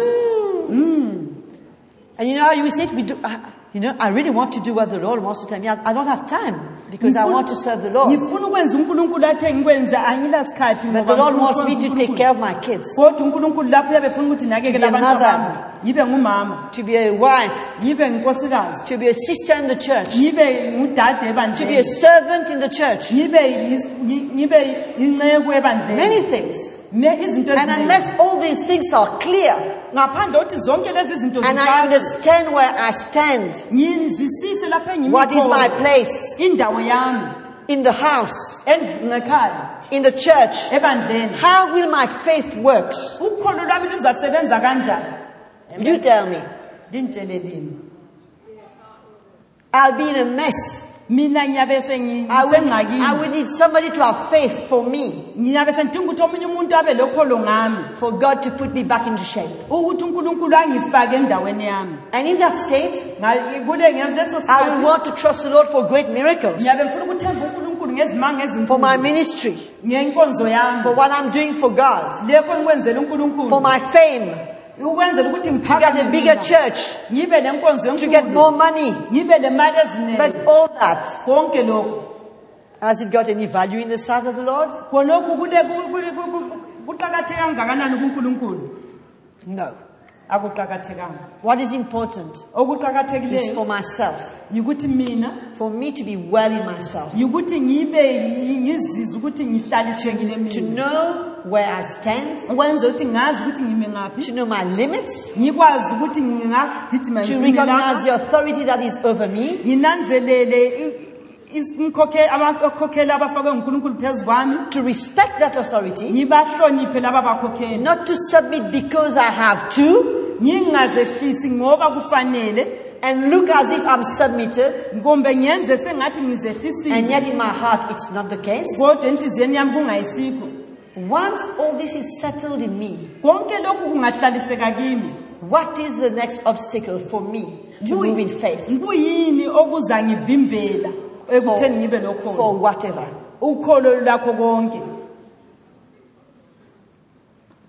Speaker 2: And you know how you said, we do, I- you know, I really want to do what the Lord wants to tell me. I, I don't have time because I want to serve the Lord.
Speaker 3: ngifuna ukwenza unkulunkulu athe ngikwenze angilasikhathi
Speaker 2: But the Lord wants me to take care of my kids,
Speaker 3: kodwa unkulunkulu lapho uyabe funa
Speaker 2: To
Speaker 3: ukuthi
Speaker 2: be
Speaker 3: nakekela
Speaker 2: a
Speaker 3: abantwabami
Speaker 2: mother.
Speaker 3: ngibe ngumama
Speaker 2: to be a wife,
Speaker 3: ngibe ngunkosikazi
Speaker 2: to be a sister in the church,
Speaker 3: ngibe ngudade
Speaker 2: to be a
Speaker 3: ebandleni
Speaker 2: servant in the church.
Speaker 3: ngibe yis- ngi- ngibe inceku ebandleni
Speaker 2: Many things.
Speaker 3: ne izinto
Speaker 2: And
Speaker 3: ezinengi
Speaker 2: unless all these things are clear
Speaker 3: ngaphandle kokuthi zonke lezi zinto
Speaker 2: and I
Speaker 3: zikanye,
Speaker 2: understand where I stand,
Speaker 3: ngizwisise lapho engimi
Speaker 2: what is my
Speaker 3: khona.
Speaker 2: place
Speaker 3: indawo yami
Speaker 2: in the house,
Speaker 3: endlini ngekhaya
Speaker 2: in the church,
Speaker 3: ebandleni
Speaker 2: how will my faith work?
Speaker 3: ukholo lwami luzasebenza kanjani
Speaker 2: You tell me.
Speaker 3: lintshelelini
Speaker 2: I'll be in a mess.
Speaker 3: mina ngiyabe sengi-
Speaker 2: I will, I
Speaker 3: sengxakini
Speaker 2: will need somebody to have faith for me,
Speaker 3: ngiyabe sengidinga ukuthi omunye umuntu abe lokholo ngami
Speaker 2: for God to put me back into shape.
Speaker 3: ukuthi unkulunkulu angifake endaweni yami
Speaker 2: And in that state,
Speaker 3: Nga- kule
Speaker 2: I
Speaker 3: ngaleso
Speaker 2: will
Speaker 3: sikhathi
Speaker 2: want to trust the Lord for great miracles,
Speaker 3: ngiyabe ngifuna ukuthemba unkulunkulu ngezimanga
Speaker 2: for my
Speaker 3: ezinkulu
Speaker 2: ministry,
Speaker 3: ngenkonzo yami
Speaker 2: for what I'm doing for God,
Speaker 3: lekho engikwenzela
Speaker 1: For
Speaker 3: unkulunkulu
Speaker 1: my fame,
Speaker 3: ukwenzela ukuthi
Speaker 1: to get a
Speaker 3: ngiphakame
Speaker 1: bigger
Speaker 3: mina.
Speaker 1: church,
Speaker 3: ngibe lenkonzo
Speaker 1: to get more
Speaker 3: enkulu
Speaker 1: money.
Speaker 3: ngibe lemali ezinengi
Speaker 1: But all that,
Speaker 3: konke lokhu
Speaker 2: has it got any value in the sight of the Lord?
Speaker 3: khonokhu kule- ku- ku- ku- ku- kuqakatheke kangakanani kunkulunkulu
Speaker 2: No.
Speaker 3: akuqakathekanga
Speaker 2: What is important is
Speaker 3: okuqakathekileyo
Speaker 2: for myself,
Speaker 3: yikuthi mina
Speaker 2: for me to be well in myself,
Speaker 3: yikuthi ngibe ngi- ngizizwe ukuthi ngihlalisekile
Speaker 2: to
Speaker 3: mina
Speaker 2: know where I stand,
Speaker 3: ukwenzela ukuthi ngazi ukuthi ngime ngaphi
Speaker 2: to know my limits,
Speaker 3: ngikwazi ukuthi ngingagijima
Speaker 2: to
Speaker 3: ngicime
Speaker 2: recognize
Speaker 3: lapha.
Speaker 2: the authority that is over me,
Speaker 3: nginanzelele abakhokheli abafakwe ngunkulunkulu phezu kwami
Speaker 2: to respect that authority,
Speaker 3: ngibahloniphe laba bakhokheli
Speaker 2: not to submit because I have to
Speaker 3: ngingazehlisi ngoba kufanele
Speaker 2: and look as if I'm submitted,
Speaker 3: kumbe ngenze sengathi
Speaker 2: and
Speaker 3: ngizehlisile
Speaker 2: yet in my heart it's not the case.
Speaker 3: kodwa enhliziyeni yami kungayisikho
Speaker 2: Once all this is settled in me,
Speaker 3: konke lokhu kungahlaliseka kimi
Speaker 2: what is the next obstacle for me to
Speaker 3: Kuyi-
Speaker 2: move in faith
Speaker 3: kuyini okuza ngivimbela ekutheni ngibe
Speaker 2: for
Speaker 3: lokholo
Speaker 2: whatever?
Speaker 3: ukholo lwakho konke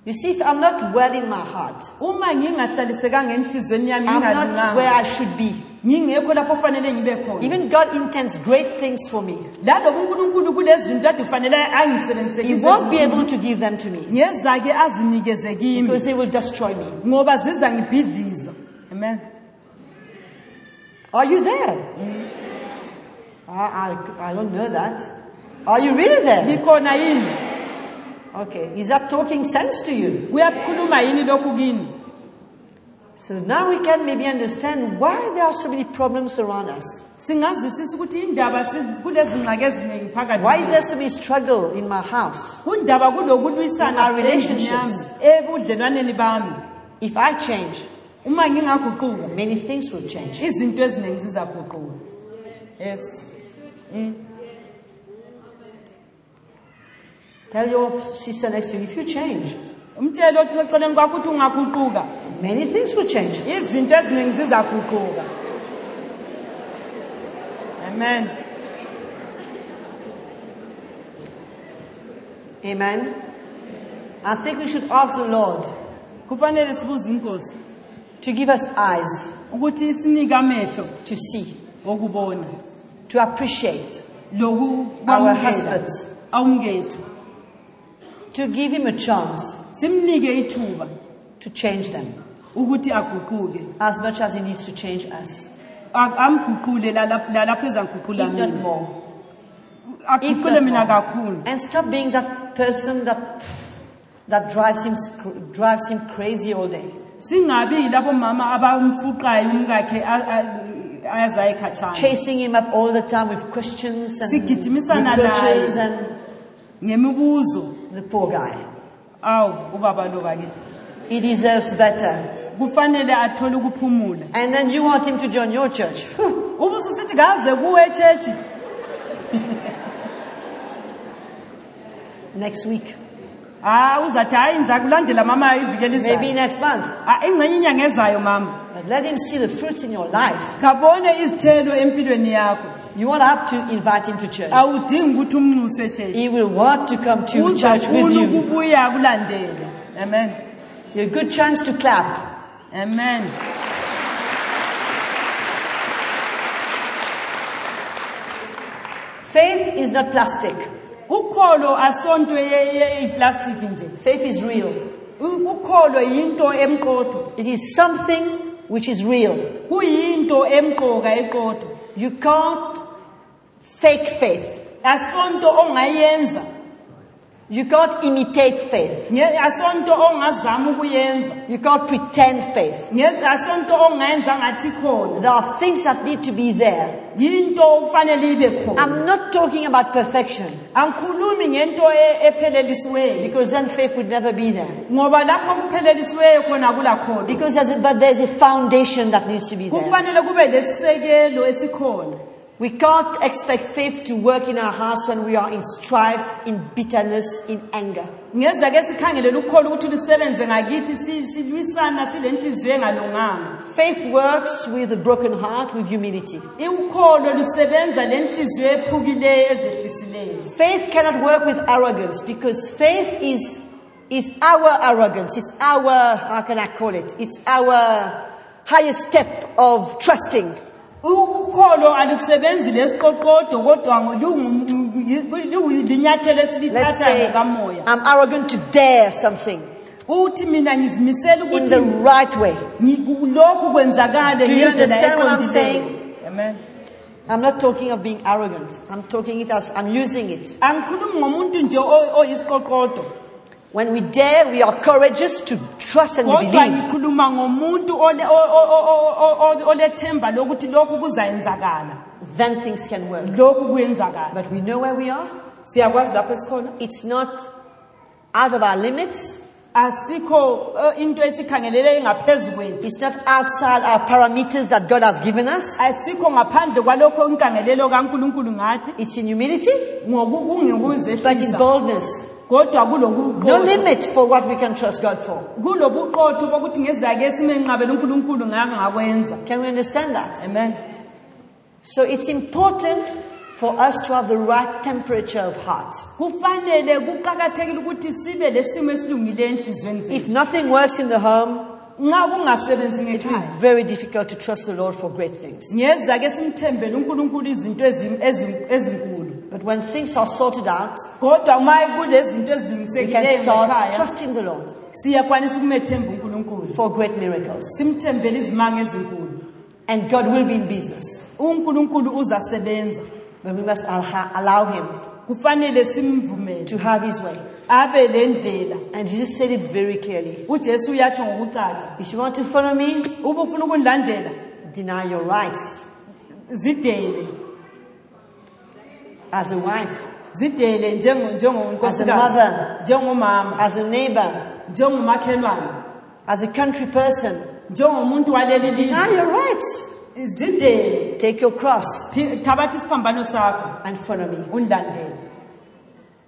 Speaker 2: You see, if I'm not well in my heart,
Speaker 3: uma ngingahlalisekanga enhliziyweni yami
Speaker 2: I'm not where
Speaker 3: ngingalunganga
Speaker 2: I should be.
Speaker 3: ngingekho lapho ofanele ngibe khona
Speaker 2: Even God intends great things for me.
Speaker 3: lalobo unkulunkulu kulezinto ade ufanele
Speaker 2: He
Speaker 3: angisebenzise
Speaker 2: won't be able to give them to me
Speaker 3: ngezake azinikeze kimi
Speaker 2: because they will destroy me.
Speaker 3: ngoba ziza ngibhidliza amen
Speaker 2: Are you there? I, I, I don't know that. Are you really there?
Speaker 3: ngikhona yini
Speaker 2: Okay. Is that talking sense to you?
Speaker 3: kuyakukhuluma yini lokhu kini
Speaker 2: So now we can maybe understand why there are so many problems around us.
Speaker 3: singazwisisa ukuthi indaba si- kulezi ngxaki eziningi phakathi
Speaker 2: Why is
Speaker 3: kwethu.
Speaker 2: there so many struggle in my house?
Speaker 3: kundaba kulokulwisana
Speaker 2: Our relationships.
Speaker 3: endlini yami, ebudlelwaneni bami
Speaker 2: If I change,
Speaker 3: uma ngingaguquka
Speaker 2: many things will change.
Speaker 3: izinto eziningi zizaguquka yes
Speaker 2: Tell your sister next to you, if you change,
Speaker 3: umtshelo oceceleni kwakho ukuthi ungaguquka
Speaker 2: many things will change.
Speaker 3: izinto eziningi zizaguquka amen
Speaker 2: Amen. I think we should ask the Lord
Speaker 3: kufanele sibuze inkosi
Speaker 2: to give us eyes
Speaker 3: ukuthi isinike amehlo
Speaker 2: to see,
Speaker 3: okubona
Speaker 2: to appreciate, Our
Speaker 3: lokukwamukela
Speaker 2: husbands.
Speaker 3: awungethu
Speaker 2: to give Him a chance
Speaker 3: simnike ithuba
Speaker 2: to change them
Speaker 3: ukuthi aguquke
Speaker 2: as much as He needs to change us,
Speaker 3: A- amguqule lalap- lalapho ezaguqula
Speaker 2: if not
Speaker 3: mina
Speaker 2: more. If
Speaker 3: aguqule
Speaker 2: not
Speaker 3: mina
Speaker 2: more.
Speaker 3: kakhulu
Speaker 2: And stop being that person that, that drives, him, sc- drives him crazy all day.
Speaker 3: singabi yilabo mama abamfuqayo umkakhe a- a- ayazayo ekhatshana
Speaker 2: Chasing him up all the time with questions and
Speaker 3: Sigijimisana naye.
Speaker 2: reproaches and
Speaker 3: ngemibuzo
Speaker 2: the poor guy.
Speaker 3: awu ubaba lo bakithi
Speaker 2: He deserves better.
Speaker 3: kufanele athole ukuphumula
Speaker 2: And then you want him to join your church. [LAUGHS]
Speaker 3: ubususithi kaze kuwe etshetshi
Speaker 2: Next week.
Speaker 3: hayi uzathi hayi ndiza kulandela mama ivikeli
Speaker 2: Maybe
Speaker 3: izayo
Speaker 2: next month.
Speaker 3: Ah, ingxenye inyanga ezayo mama
Speaker 2: But let him see the fruits in your life.
Speaker 3: kabone izithelo empilweni yakho
Speaker 2: You won't have to invite him to church.
Speaker 3: awudingi ukuthi umnxuse etshetshi
Speaker 2: He will want to come to church with
Speaker 3: uzafuna
Speaker 2: you.
Speaker 3: ukubuya kulandele amen
Speaker 2: A good chance to clap.
Speaker 3: amen
Speaker 2: Faith is not plastic.
Speaker 3: ukholo asonto yeyiplastiki nje
Speaker 2: Faith is real.
Speaker 3: U- ukholo yinto emqotho
Speaker 2: It is something which is real.
Speaker 3: kuyinto emqoka eqotho
Speaker 2: You can't fake faith.
Speaker 3: asonto ongayenza
Speaker 2: You can't imitate faith.
Speaker 3: nge- asonto ongazama ukuyenza
Speaker 2: You can't pretend faith.
Speaker 3: Nge- asonto ongayenza ngathi khona
Speaker 2: There are things that need to be there.
Speaker 3: yinto okufanele ibe khona
Speaker 2: I'm not talking about perfection.
Speaker 3: angikhulumi ngento e- ephelelisiweyo
Speaker 2: Because then faith would never be there.
Speaker 3: ngoba lapho kuphelelisiweyo khona kulakhona
Speaker 2: Because there's a, but there's a foundation that needs to be there.
Speaker 3: kufanele kube lesisekelo esikhona
Speaker 2: We can't expect faith to work in our house when we are in strife, in bitterness, in anger.
Speaker 3: ngeza ke sikhangelele ukholo ukuthi lisebenze ngakithi si- silwisana sile nhliziyo engalunganga
Speaker 2: Faith works with a broken heart, with humility.
Speaker 3: ukholo lusebenza le nhliziyo ephukileyo ezehlisileyo
Speaker 2: Faith cannot work with arrogance because faith is, is our arrogance. It's our, how can I call it? It's our highest step of trusting.
Speaker 3: U- ukholo alusebenzi lesiqoqodo kodwa ngo- lungu- lungu- lungu- linyathelo
Speaker 2: Let's say,
Speaker 3: esilithathayo kamoya
Speaker 2: I'm arrogant to dare something
Speaker 3: uthi mina ngizimisela
Speaker 2: in the
Speaker 3: ukuthi
Speaker 2: right way.
Speaker 3: ngiku- lokhu kwenzakale
Speaker 2: Do you understand what I'm
Speaker 3: eqondileyo
Speaker 2: saying?
Speaker 3: amen
Speaker 2: I'm not talking of being arrogant. I'm talking it as I'm using it.
Speaker 3: angikhulumi ngomuntu nje o- oyisiqoqodo
Speaker 2: When we dare, we are courageous to trust and
Speaker 3: kodwa
Speaker 2: believe.
Speaker 3: ngikhuluma ngomuntu ole- o- o- o- o- o- olethemba lokuthi lokhu kuzayenzakala
Speaker 2: Then things can work.
Speaker 3: lokhu kuyenzakala
Speaker 2: But we know where we are.
Speaker 3: siyakwazi lapho esikhona
Speaker 2: It's not out of our limits.
Speaker 3: asikho eh, into esikhangelele ngaphezu kwethu
Speaker 2: It's not outside our parameters that God has given us.
Speaker 3: asikho ngaphandle kwalokho inkangelelo kankulunkulu ngathi
Speaker 2: It's in humility, but in
Speaker 3: ngokungikuzehlisa
Speaker 2: boldness.
Speaker 3: kodwa
Speaker 2: No
Speaker 3: kulobuqotho
Speaker 2: limit for what we can trust God for.
Speaker 3: kulobuqotho bokuthi ngezake simenqabela unkulunkulu ngangakwenza
Speaker 2: Can we understand that?
Speaker 3: amen
Speaker 2: So it's important for us to have the right temperature of heart.
Speaker 3: kufanele kuqakathekile ukuthi sibe lesimo esilungileyo enhliziyweni zethu
Speaker 2: If nothing works in the home,
Speaker 3: nxa kungasebenzi ngekhaya
Speaker 2: It's very difficult to trust the Lord for great things.
Speaker 3: ngeza ke simthembele uNkulunkulu izinto ezim- ezim- ezinkulu
Speaker 2: But when things are sorted out,
Speaker 3: kodwa uma kulezinto
Speaker 2: we can
Speaker 3: ezilungisekileyo
Speaker 2: start
Speaker 3: ekhaya
Speaker 2: trusting the Lord
Speaker 3: siyakwanisa ukumethemba uNkulunkulu
Speaker 2: for great miracles.
Speaker 3: simthembele izimanga ezinkulu
Speaker 2: And God will be in business.
Speaker 3: uNkulunkulu uzasebenza
Speaker 2: But we must al- allow Him
Speaker 3: kufanele simvumele
Speaker 2: to have His way.
Speaker 3: abe nendlela
Speaker 2: And Jesus said it very clearly.
Speaker 3: ujesu uyatsho ngokucaca
Speaker 2: If you want to follow me,
Speaker 3: uba ufuna ukundilandela
Speaker 2: deny your rights
Speaker 3: zidele
Speaker 2: as a wife,
Speaker 3: zidele njengo-
Speaker 2: As a mother.
Speaker 3: njengonkosikazi njengomama
Speaker 2: as a neighbor,
Speaker 3: njengomakhelwane
Speaker 2: as a country person.
Speaker 3: njengomuntu waleli
Speaker 2: Deny
Speaker 3: lizwe
Speaker 2: your rights.
Speaker 3: zidele
Speaker 2: Take your cross
Speaker 3: Phi- thabatha isiphambano sakho
Speaker 2: and follow me.
Speaker 3: undilandele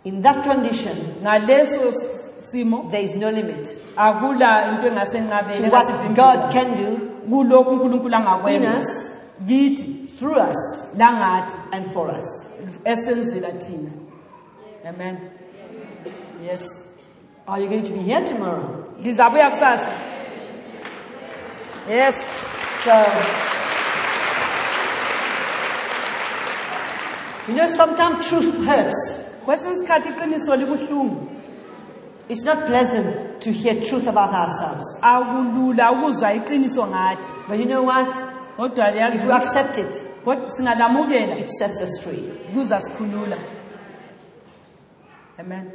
Speaker 2: In that condition,
Speaker 3: ngaleso s- simo
Speaker 2: there is no limit
Speaker 3: akula into
Speaker 2: to
Speaker 3: engasenqabeni
Speaker 2: what God can do
Speaker 3: kulokhu unkulunkulu
Speaker 2: In
Speaker 3: angakwenza
Speaker 2: us.
Speaker 3: kithi
Speaker 2: through us
Speaker 3: langathi
Speaker 2: and for us.
Speaker 3: esenzela thina amen yes
Speaker 2: Are you going to be here tomorrow?
Speaker 3: ngizabuya kusasa yes
Speaker 2: So, you know, sometimes truth hurts.
Speaker 3: kwesinye isikhathi iqiniso libuhlungu
Speaker 2: It's not pleasant to hear truth about ourselves.
Speaker 3: akulula ukuzwa iqiniso ngathi
Speaker 2: But you know what?
Speaker 3: kodwa liyazi-
Speaker 2: If we accept it,
Speaker 3: kodwa singalamukela
Speaker 2: it sets us free.
Speaker 3: kuzasikhulula amen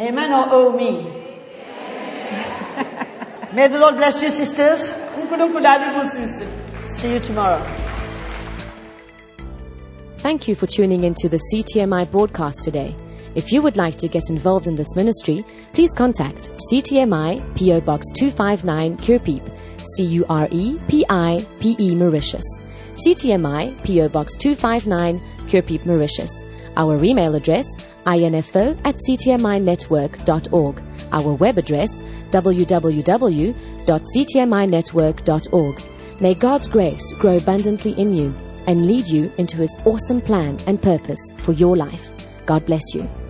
Speaker 2: Amen or oh me? [LAUGHS] May the Lord bless you, sisters.
Speaker 3: unkulunkulu alibusise
Speaker 2: See you tomorrow.
Speaker 1: Thank you for tuning in to the CTMI broadcast today. If you would like to get involved in this ministry, please contact CTMI PO Box 259 Curepeep, C U R E P I P E Mauritius. CTMI PO Box 259 Curepeep, Mauritius. Our email address info at ctminetwork.org. Our web address www.ctminetwork.org. May God's grace grow abundantly in you and lead you into his awesome plan and purpose for your life. God bless you.